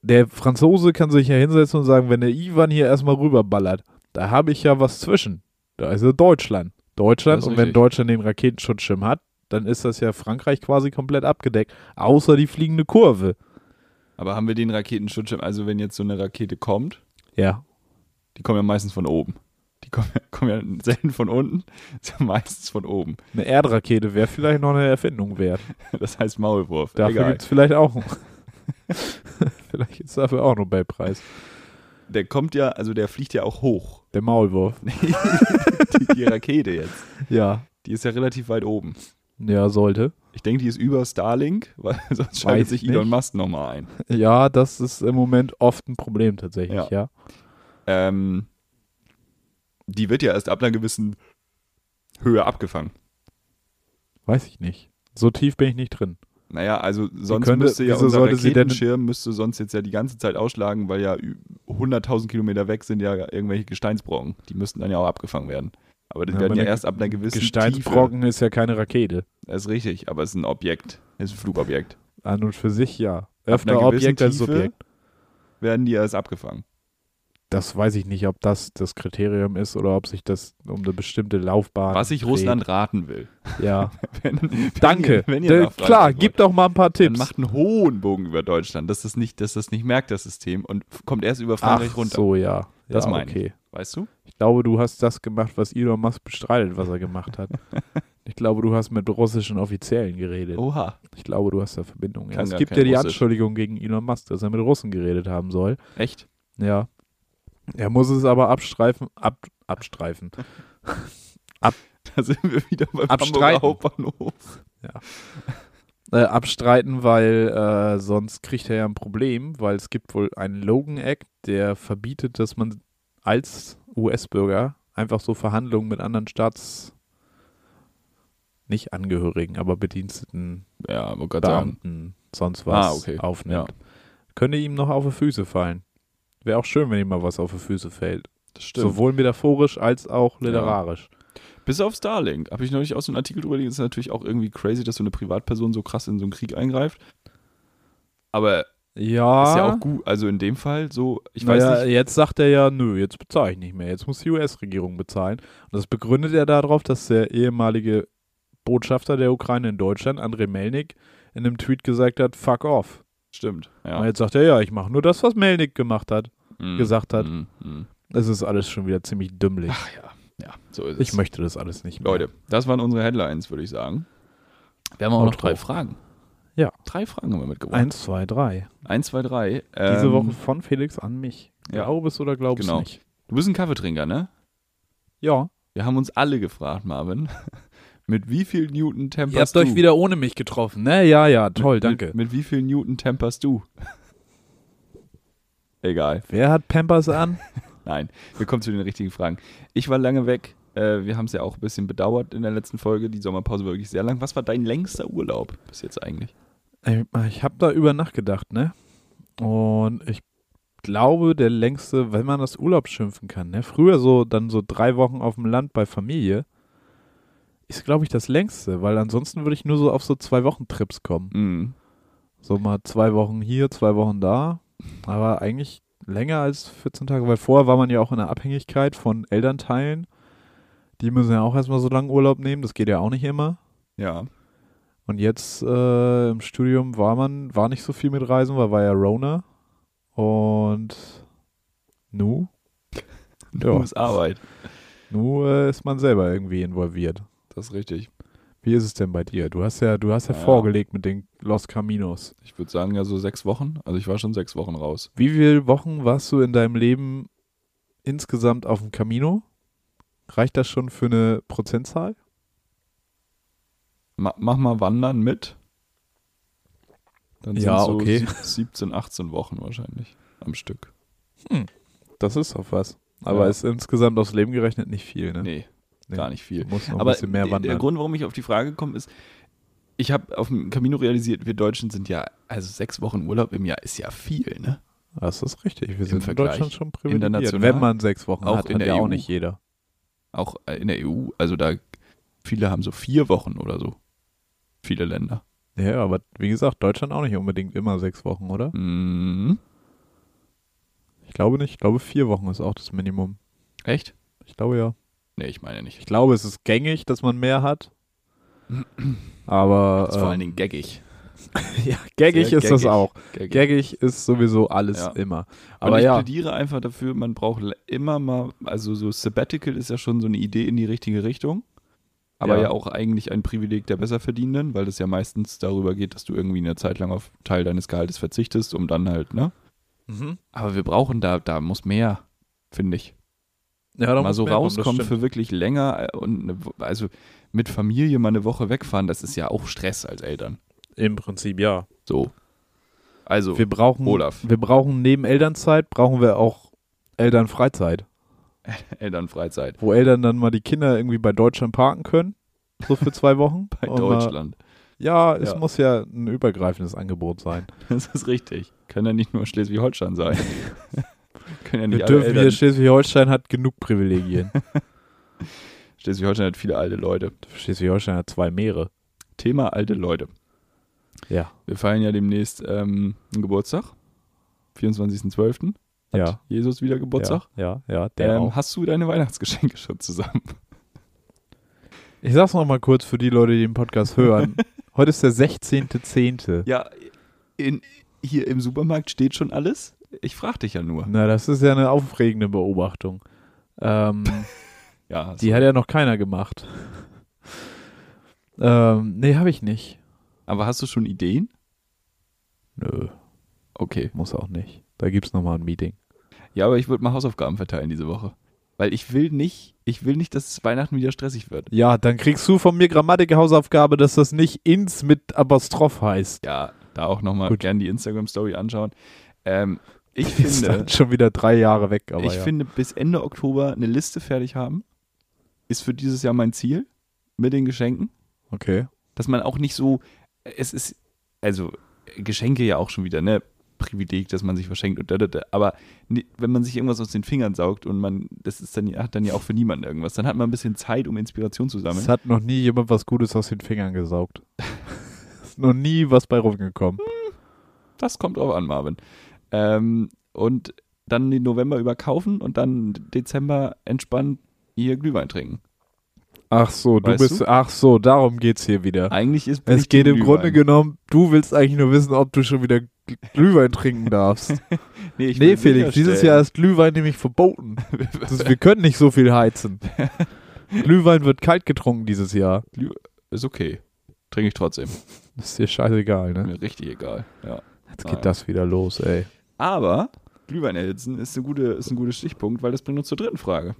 S2: der Franzose kann sich ja hinsetzen und sagen, wenn der Ivan hier erstmal rüberballert, da habe ich ja was zwischen. Da ist ja Deutschland.
S1: Das
S2: Deutschland,
S1: ist
S2: und wenn
S1: richtig.
S2: Deutschland den Raketenschutzschirm hat, dann ist das ja Frankreich quasi komplett abgedeckt, außer die fliegende Kurve.
S1: aber haben wir den Raketenschutzschirm? Also, wenn jetzt so eine Rakete kommt,
S2: Ja,
S1: die kommen ja meistens von oben. Die kommen, kommen ja selten von unten, sondern meistens von oben.
S2: Eine Erdrakete wäre vielleicht noch eine Erfindung wert.
S1: Das heißt Maulwurf.
S2: Dafür
S1: Egal.
S2: gibt es vielleicht auch. vielleicht gibt es dafür auch einen Nobelpreis.
S1: Der kommt ja, also der fliegt ja auch hoch.
S2: Der Maulwurf.
S1: Die, die Rakete jetzt.
S2: Ja.
S1: Die ist ja relativ weit oben.
S2: Ja, sollte.
S1: Ich denke, die ist über Starlink, weil sonst schaltet
S2: Weiß
S1: sich
S2: ich
S1: Elon
S2: nicht.
S1: Musk nochmal ein.
S2: Ja, das ist im Moment oft ein Problem tatsächlich,
S1: Ja.
S2: ja.
S1: Ähm, die wird ja erst ab einer gewissen Höhe abgefangen.
S2: Weiß ich nicht. So tief bin ich nicht drin.
S1: Naja, also sonst
S2: könnte-
S1: müsste ja
S2: wieso
S1: unser
S2: sollte sie denn-
S1: Raketenschirm müsste sonst jetzt ja die ganze Zeit ausschlagen, weil ja ü- 100.000 Kilometer weg sind ja irgendwelche Gesteinsbrocken. Die müssten dann ja auch abgefangen werden. Aber die
S2: Ja,
S1: werden
S2: aber
S1: ja
S2: eine
S1: erst ab einer gewissen Tiefe.
S2: Gesteinsbrocken ist ja keine Rakete.
S1: Das ist richtig, aber es ist ein Objekt. Es ist ein Flugobjekt.
S2: An und für sich ja.
S1: einer
S2: Öfter
S1: gewissen
S2: Objekt als
S1: Tiefe?
S2: Subjekt.
S1: Werden die erst abgefangen?
S2: Das weiß ich nicht, ob das das Kriterium ist oder ob sich das um eine bestimmte Laufbahn.
S1: Was ich
S2: dreht.
S1: Russland raten will.
S2: Ja,
S1: Wenn, wenn
S2: danke.
S1: Ihr, wenn ihr
S2: Da-
S1: nachfragen
S2: Klar,
S1: wollt,
S2: gib doch mal ein paar
S1: dann
S2: Tipps.
S1: macht einen hohen Bogen über Deutschland, dass das nicht, dass das nicht merkt, das System, und f- kommt erst über
S2: Ach,
S1: Frankreich runter.
S2: so ja.
S1: Das
S2: ja,
S1: meine
S2: okay.
S1: Weißt du?
S2: Ich glaube, du hast das gemacht, was Elon Musk bestreitet, was er gemacht hat. ich glaube, du hast mit russischen Offiziellen geredet.
S1: Oha.
S2: Ich glaube, du hast da Verbindungen. Ja.
S1: Kann
S2: Es
S1: gar
S2: gibt
S1: kein
S2: ja die
S1: Russisch.
S2: Anschuldigung gegen Elon Musk, dass er mit Russen geredet haben soll.
S1: Echt?
S2: Ja. Er muss es aber abstreifen, ab, abstreifen.
S1: Da sind wir wieder beim
S2: Abstreiten.
S1: Hamburger Hauptbahnhof.
S2: Äh, abstreiten, weil äh, sonst kriegt er ja ein Problem, weil es gibt wohl einen Logan Act, der verbietet, dass man als US-Bürger einfach so Verhandlungen mit anderen Staats nicht Angehörigen, aber Bediensteten,
S1: Ja, wo gerade sagen.
S2: Beamten, sonst was
S1: Ah, okay.
S2: aufnimmt. Könnte ihm noch auf die Füße fallen. Wäre auch schön, wenn ihm mal was auf die Füße fällt.
S1: Das stimmt.
S2: Sowohl metaphorisch als auch literarisch.
S1: Bis auf Starlink. Habe ich neulich auch so einen Artikel drüber gelesen. Ist natürlich auch irgendwie crazy, dass so eine Privatperson so krass in so einen Krieg eingreift. Aber
S2: Ja.
S1: ist ja auch gut. Also in dem Fall so, ich weiß
S2: naja,
S1: nicht.
S2: jetzt sagt er ja, nö, jetzt bezahle ich nicht mehr, jetzt muss die US-Regierung bezahlen. Und das begründet er darauf, dass der ehemalige Botschafter der Ukraine in Deutschland, Andrei Melnik, in einem Tweet gesagt hat, fuck off.
S1: Stimmt.
S2: Und
S1: Ja.
S2: jetzt sagt er, ja, ich mache nur das, was Melnik gemacht hat,
S1: Mhm.
S2: gesagt hat.
S1: Mhm. Mhm.
S2: Es ist alles schon wieder ziemlich dümmlich.
S1: Ach ja. Ja, so ist
S2: ich
S1: es.
S2: möchte das alles nicht mehr.
S1: Leute, das waren unsere Headlines, würde ich sagen. Wir haben auch
S2: Haut
S1: noch drei
S2: drauf.
S1: Fragen.
S2: Ja.
S1: Drei Fragen haben wir mitgebracht.
S2: Eins, zwei, drei.
S1: Eins, zwei, drei.
S2: Diese
S1: Ähm,
S2: Woche von Felix an mich.
S1: ja.
S2: Glaubes oder glaubst
S1: Genau.
S2: nicht?
S1: Du bist ein Kaffeetrinker, ne?
S2: Ja.
S1: Wir haben uns alle gefragt, Marvin. mit wie viel Newton temperst
S2: Ihr habt
S1: du?
S2: euch wieder ohne mich getroffen, ne? Ja, ja, toll, danke.
S1: Mit, mit wie viel Newton temperst du? Egal.
S2: Wer hat Pampers an?
S1: Nein, wir kommen zu den richtigen Fragen. Ich war lange weg. Äh, wir haben es ja auch ein bisschen bedauert in der letzten Folge. Die Sommerpause war wirklich sehr lang. Was war dein längster Urlaub bis jetzt eigentlich?
S2: Ich, ich habe da über nachgedacht, ne? Und ich glaube, der längste, wenn man das Urlaub schimpfen kann, ne? Früher so, dann so drei Wochen auf dem Land bei Familie, ist, glaube ich, das längste, weil ansonsten würde ich nur so auf so zwei Wochen Trips kommen.
S1: Mhm.
S2: So mal zwei Wochen hier, zwei Wochen da, aber eigentlich länger als 14 Tage, weil vorher war man ja auch in der Abhängigkeit von Elternteilen. Die müssen ja auch erstmal so lange Urlaub nehmen, das geht ja auch nicht immer.
S1: Ja.
S2: Und jetzt äh, im Studium war man, war nicht so viel mit Reisen, weil war ja Rona. Und nu,
S1: Du
S2: Ja.
S1: musst Arbeit.
S2: nu äh, ist man selber irgendwie involviert.
S1: Das ist richtig.
S2: Wie ist es denn bei dir? Du hast ja, du hast ja,
S1: Ja.
S2: vorgelegt mit den Los Caminos.
S1: Ich würde sagen, ja, so sechs Wochen. Also ich war schon sechs Wochen raus.
S2: Wie viele Wochen warst du in deinem Leben insgesamt auf dem Camino? Reicht das schon für eine Prozentzahl?
S1: Ma mach mal Wandern mit. Dann
S2: Ja,
S1: sind so
S2: okay.
S1: sieb- 17, 18 Wochen wahrscheinlich am Stück.
S2: Das ist auch was. Aber
S1: Ja.
S2: ist insgesamt aufs Leben gerechnet nicht viel, ne?
S1: Nee,
S2: Nee.
S1: gar nicht viel.
S2: Du musst noch
S1: Aber
S2: ein bisschen mehr
S1: der- der
S2: wandern.
S1: Grund, warum ich auf die Frage gekommen ist, ich habe auf dem Camino realisiert, wir Deutschen sind ja, also sechs Wochen Urlaub im Jahr ist ja viel, ne?
S2: Das ist richtig. Wir
S1: Im
S2: sind
S1: Vergleich
S2: in Deutschland schon privilegiert.
S1: international,
S2: Wenn man sechs Wochen
S1: auch
S2: hat,
S1: in
S2: hat
S1: der E
S2: ja
S1: EU.
S2: auch nicht jeder.
S1: Auch äh, in der EU, also da, viele haben so vier Wochen oder so. Viele Länder.
S2: Ja, aber wie gesagt, Deutschland auch nicht unbedingt immer sechs Wochen, oder?
S1: Mhm.
S2: Ich glaube nicht. Ich glaube, vier Wochen ist auch das Minimum.
S1: Echt?
S2: Ich glaube ja.
S1: Nee, ich meine nicht.
S2: Ich glaube, es ist gängig, dass man mehr hat. Aber
S1: Das ist vor
S2: äh,
S1: allen Dingen gaggig.
S2: ja, gängig
S1: sehr
S2: ist das
S1: gängig.
S2: auch.
S1: Gaggig.
S2: Gängig ist sowieso alles
S1: Ja.
S2: immer.
S1: und
S2: Aber
S1: ich
S2: ja,
S1: plädiere einfach dafür, man braucht le- immer mal, also so Sabbatical ist ja schon so eine Idee in die richtige Richtung, aber ja,
S2: Ja.
S1: auch eigentlich ein Privileg der Besserverdienenden, weil das ja meistens darüber geht, dass du irgendwie eine Zeit lang auf Teil deines Gehaltes verzichtest, um dann halt, ne? Aber wir brauchen da, da muss mehr, finde ich.
S2: ja, da
S1: mal
S2: muss
S1: so
S2: mehr kommen, das
S1: rauskommen
S2: stimmt.
S1: für wirklich länger äh, und eine, Wo- also mit Familie mal eine Woche wegfahren, das ist ja auch Stress als Eltern.
S2: Im Prinzip ja.
S1: So. Also,
S2: Wir brauchen,
S1: Olaf.
S2: wir brauchen neben Elternzeit brauchen wir auch Elternfreizeit,
S1: Elternfreizeit
S2: wo Eltern dann mal die Kinder irgendwie bei Deutschland parken können, so für zwei Wochen.
S1: bei
S2: Und mal-
S1: Deutschland.
S2: Ja, es
S1: Ja.
S2: muss ja ein übergreifendes Angebot sein.
S1: Das ist richtig. Können ja nicht nur Schleswig-Holstein sein. Können ja nicht
S2: Wir
S1: alle
S2: dürfen hier,
S1: Eltern.
S2: Schleswig-Holstein hat genug Privilegien.
S1: Schleswig-Holstein hat viele alte Leute.
S2: Schleswig-Holstein hat zwei Meere.
S1: Thema alte Leute.
S2: Ja.
S1: Wir feiern ja demnächst ähm, einen Geburtstag. 24.12. hat
S2: Ja.
S1: Jesus wieder Geburtstag.
S2: Ja, ja, ja der
S1: Ähm,
S2: auch.
S1: hast du deine Weihnachtsgeschenke schon zusammen?
S2: Ich sag's noch mal kurz für die Leute, die den Podcast hören. Heute ist der 16.10.
S1: Ja, in, hier im Supermarkt steht schon alles. Ich frage dich ja nur.
S2: Na, das ist ja eine aufregende Beobachtung. Ähm,
S1: Ja,
S2: die hat ja noch keiner gemacht. ähm, nee, habe ich nicht.
S1: aber hast du schon Ideen?
S2: Nö,
S1: Okay.
S2: muss auch nicht. Da gibt's noch mal ein Meeting.
S1: Ja, aber ich würde mal Hausaufgaben verteilen diese Woche. Weil ich will nicht, ich will nicht, dass Weihnachten wieder stressig wird.
S2: Ja, dann kriegst du von mir Grammatikhausaufgabe, dass das nicht ins mit Apostroph heißt.
S1: Ja, da auch nochmal
S2: Gut.
S1: gerne die Instagram-Story anschauen. Ähm, ich
S2: Ist
S1: finde,
S2: dann schon wieder drei Jahre weg, aber
S1: ich
S2: ja.
S1: finde, bis Ende Oktober eine Liste fertig haben, ist für dieses Jahr mein Ziel mit den Geschenken.
S2: okay.
S1: Dass man auch nicht so, es ist, also Geschenke ja auch schon wieder, ne? Privileg, dass man sich verschenkt und da, da, da. Aber ni- wenn man sich irgendwas aus den Fingern saugt und man, das ist dann, ja- hat dann ja auch für niemanden irgendwas, dann hat man ein bisschen Zeit, um Inspiration zu sammeln.
S2: Es hat noch nie jemand was Gutes aus den Fingern gesaugt. ist noch nie was bei rumgekommen.
S1: Das kommt drauf an, Marvin. Ähm, und dann den November überkaufen und dann Dezember entspannt hier Glühwein trinken.
S2: Ach so, du
S1: Weißt
S2: bist.
S1: du?
S2: Ach so, darum geht's hier wieder.
S1: Eigentlich ist bin
S2: Es
S1: ich gegen
S2: geht im
S1: Glühwein.
S2: Grunde genommen, du willst eigentlich nur wissen, ob du schon wieder Gl- Glühwein trinken darfst.
S1: Nee, ich
S2: nee,
S1: will
S2: Felix, dieses Jahr
S1: sicherstellen-
S2: ist Glühwein nämlich verboten. Das ist, wir können nicht so viel heizen. Glühwein wird kalt getrunken dieses Jahr.
S1: ist okay. Trinke ich trotzdem.
S2: Das ist dir scheißegal, ne?
S1: Mir richtig egal. Ja.
S2: Jetzt geht das wieder los, ey.
S1: Aber Glühwein erhitzen ist, eine gute, ist ein guter Stichpunkt, weil das bringt uns zur dritten Frage.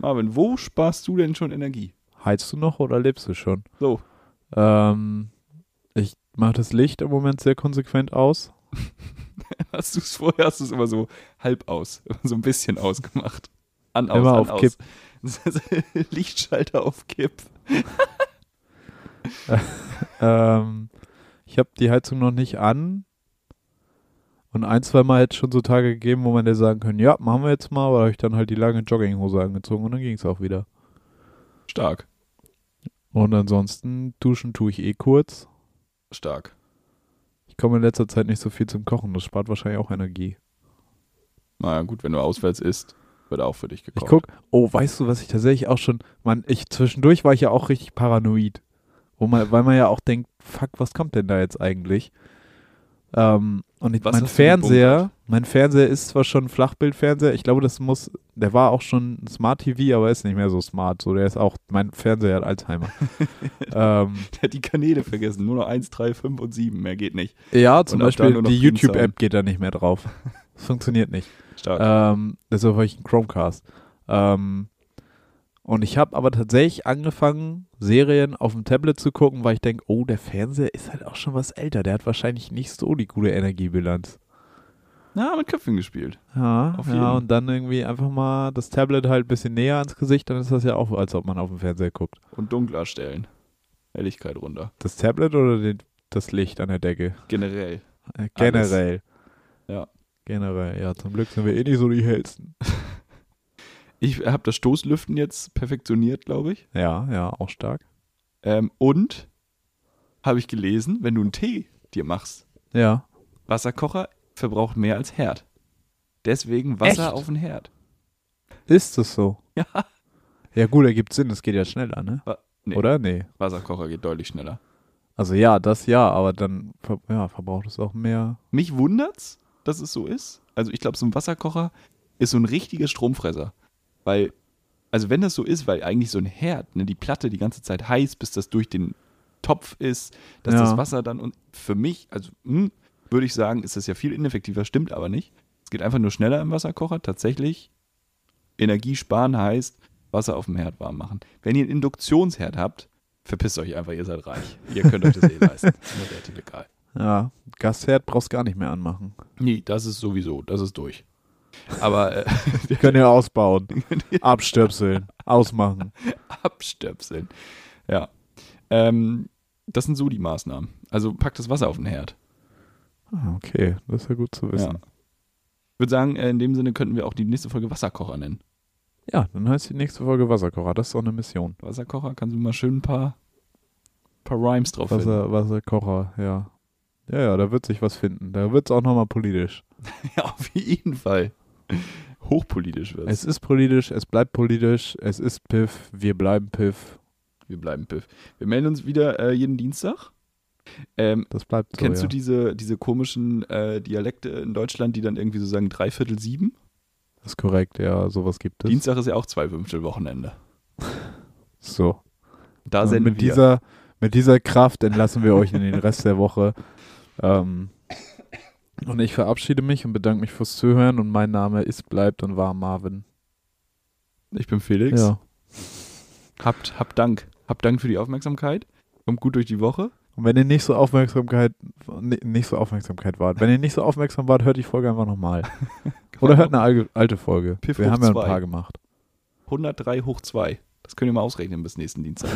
S1: Marvin, wo sparst du denn schon Energie?
S2: Heizt du noch oder lebst du schon?
S1: So,
S2: Ähm, ich mache das Licht im Moment sehr konsequent aus.
S1: hast du es vorher, hast du es immer so halb aus, so ein bisschen ausgemacht. An, aus,
S2: Immer
S1: an,
S2: auf
S1: aus.
S2: Kipp.
S1: Lichtschalter auf Kipp.
S2: Ähm, ich habe die Heizung noch nicht an. Und ein, zweimal hätte es schon so Tage gegeben, wo man hätte sagen können, ja, machen wir jetzt mal, aber da habe ich dann halt die lange Jogginghose angezogen und dann ging es auch wieder.
S1: Stark,
S2: Und ansonsten duschen tue ich eh kurz.
S1: stark.
S2: Ich komme in letzter Zeit nicht so viel zum Kochen, das spart wahrscheinlich auch Energie.
S1: Na gut, wenn du auswärts isst, wird auch für dich
S2: Ich
S1: gekocht.
S2: guck, oh, weißt du, was ich tatsächlich auch schon, man, ich zwischendurch war ich ja auch richtig paranoid, wo man, weil man ja auch denkt, fuck, was kommt denn da jetzt eigentlich? Ähm, und ich,
S1: Was
S2: mein
S1: hast du halt? gebunkert?
S2: Fernseher, mein Fernseher ist zwar schon ein Flachbildfernseher, ich glaube, das muss, der war auch schon ein Smart TV, aber ist nicht mehr so smart, so der ist auch, mein Fernseher hat Alzheimer. ähm,
S1: Der hat die Kanäle vergessen, nur noch 1, 3, 5 und 7, mehr geht nicht.
S2: ja, zum
S1: Und ab da
S2: Beispiel
S1: nur noch
S2: die
S1: Green Sound.
S2: YouTube-App geht da nicht mehr drauf. Das funktioniert nicht.
S1: Stark.
S2: Ähm, deshalb habe ich einen Chromecast. Ähm, und ich habe aber tatsächlich angefangen, Serien auf dem Tablet zu gucken, weil ich denke, oh, der Fernseher ist halt auch schon was älter. Der hat wahrscheinlich nicht so die gute Energiebilanz.
S1: Na, mit Köpfen gespielt.
S2: Ja,
S1: Auf
S2: ja
S1: jeden.
S2: und dann irgendwie einfach mal das Tablet halt ein bisschen näher ans Gesicht, dann ist das ja auch, als ob man auf dem Fernseher guckt.
S1: Und dunkler stellen. Helligkeit runter.
S2: Das Tablet oder den, das Licht an der Decke?
S1: Generell.
S2: Äh, generell.
S1: Ja.
S2: Generell, ja. Zum Glück sind wir eh nicht so die hellsten.
S1: Ich habe das Stoßlüften jetzt perfektioniert, glaube ich.
S2: Ja, ja, auch stark.
S1: Ähm, und habe ich gelesen, wenn du einen Tee dir machst,
S2: Ja.
S1: Wasserkocher verbraucht mehr als Herd. Deswegen Wasser
S2: Echt?
S1: auf den Herd.
S2: Ist das so?
S1: Ja.
S2: Ja, gut, ergibt Sinn, es geht ja schneller, ne?
S1: Wa- nee.
S2: Oder? Nee.
S1: Wasserkocher geht deutlich schneller.
S2: Also ja, das ja, aber dann ver ja, verbraucht es auch mehr.
S1: Mich wundert's, dass es so ist. Also ich glaube, so ein Wasserkocher ist so ein richtiger Stromfresser. Weil, also wenn das so ist, weil eigentlich so ein Herd, ne, die Platte die ganze Zeit heiß, bis das durch den Topf ist, dass
S2: Ja.
S1: das Wasser dann und für mich, also hm, würde ich sagen, ist das ja viel ineffektiver, stimmt aber nicht. Es geht einfach nur schneller im Wasserkocher. Tatsächlich, Energie sparen heißt, Wasser auf dem Herd warm machen. Wenn ihr einen Induktionsherd habt, verpisst euch einfach, ihr seid reich. Ihr könnt euch das eh leisten. Das ist relativ egal.
S2: Ja, Gasherd brauchst gar nicht mehr anmachen.
S1: Nee, das ist sowieso, das ist durch. Aber äh,
S2: Wir können ja ausbauen, abstöpseln, ausmachen.
S1: abstöpseln. Ja. Ähm, das sind so die Maßnahmen. Also packt das Wasser auf den Herd.
S2: Ah, okay, das ist ja gut zu wissen.
S1: Ich würde sagen, äh, in dem Sinne könnten wir auch die nächste Folge Wasserkocher nennen.
S2: Ja, dann heißt die nächste Folge Wasserkocher. Das ist auch eine Mission.
S1: Wasserkocher, kannst du mal schön ein paar paar Rhymes drauf finden.
S2: Wasser, Wasserkocher, ja. Ja, ja, da wird sich was finden. Da wird es auch nochmal politisch.
S1: Ja, auf jeden Fall. Hochpolitisch wird
S2: Es ist politisch, es bleibt politisch, es ist Piff, wir bleiben Piff.
S1: Wir bleiben Piff. Wir melden uns wieder äh, jeden Dienstag. Ähm,
S2: Das bleibt so.
S1: kennst
S2: ja.
S1: du diese, diese komischen äh, Dialekte in Deutschland, die dann irgendwie so sagen Dreiviertel sieben?
S2: Das ist korrekt, ja, sowas gibt es.
S1: Dienstag ist ja auch zwei Fünftel Wochenende.
S2: So.
S1: Da
S2: Und
S1: senden
S2: mit
S1: wir.
S2: dieser, mit dieser Kraft entlassen wir euch in den Rest der Woche. Ähm, und ich verabschiede mich und bedanke mich fürs Zuhören. Und mein Name ist, bleibt und war Marvin.
S1: ich bin Felix.
S2: Ja.
S1: Habt, habt Dank. Habt Dank für die Aufmerksamkeit. Kommt gut durch die Woche.
S2: Und wenn ihr nicht so Aufmerksamkeit, ni- nicht so Aufmerksamkeit wart, wenn ihr nicht so aufmerksam wart, hört die Folge einfach nochmal. Oder hört eine alge- alte Folge.
S1: Piff
S2: wir
S1: hoch
S2: haben ja ein
S1: Genau. zwei.
S2: paar gemacht.
S1: 103 hoch 2. Das könnt ihr mal ausrechnen bis nächsten Dienstag.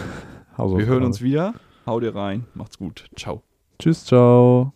S2: Hausaufgabe.
S1: Wir hören uns wieder. Hau dir rein. Macht's gut. Ciao.
S2: Tschüss, ciao.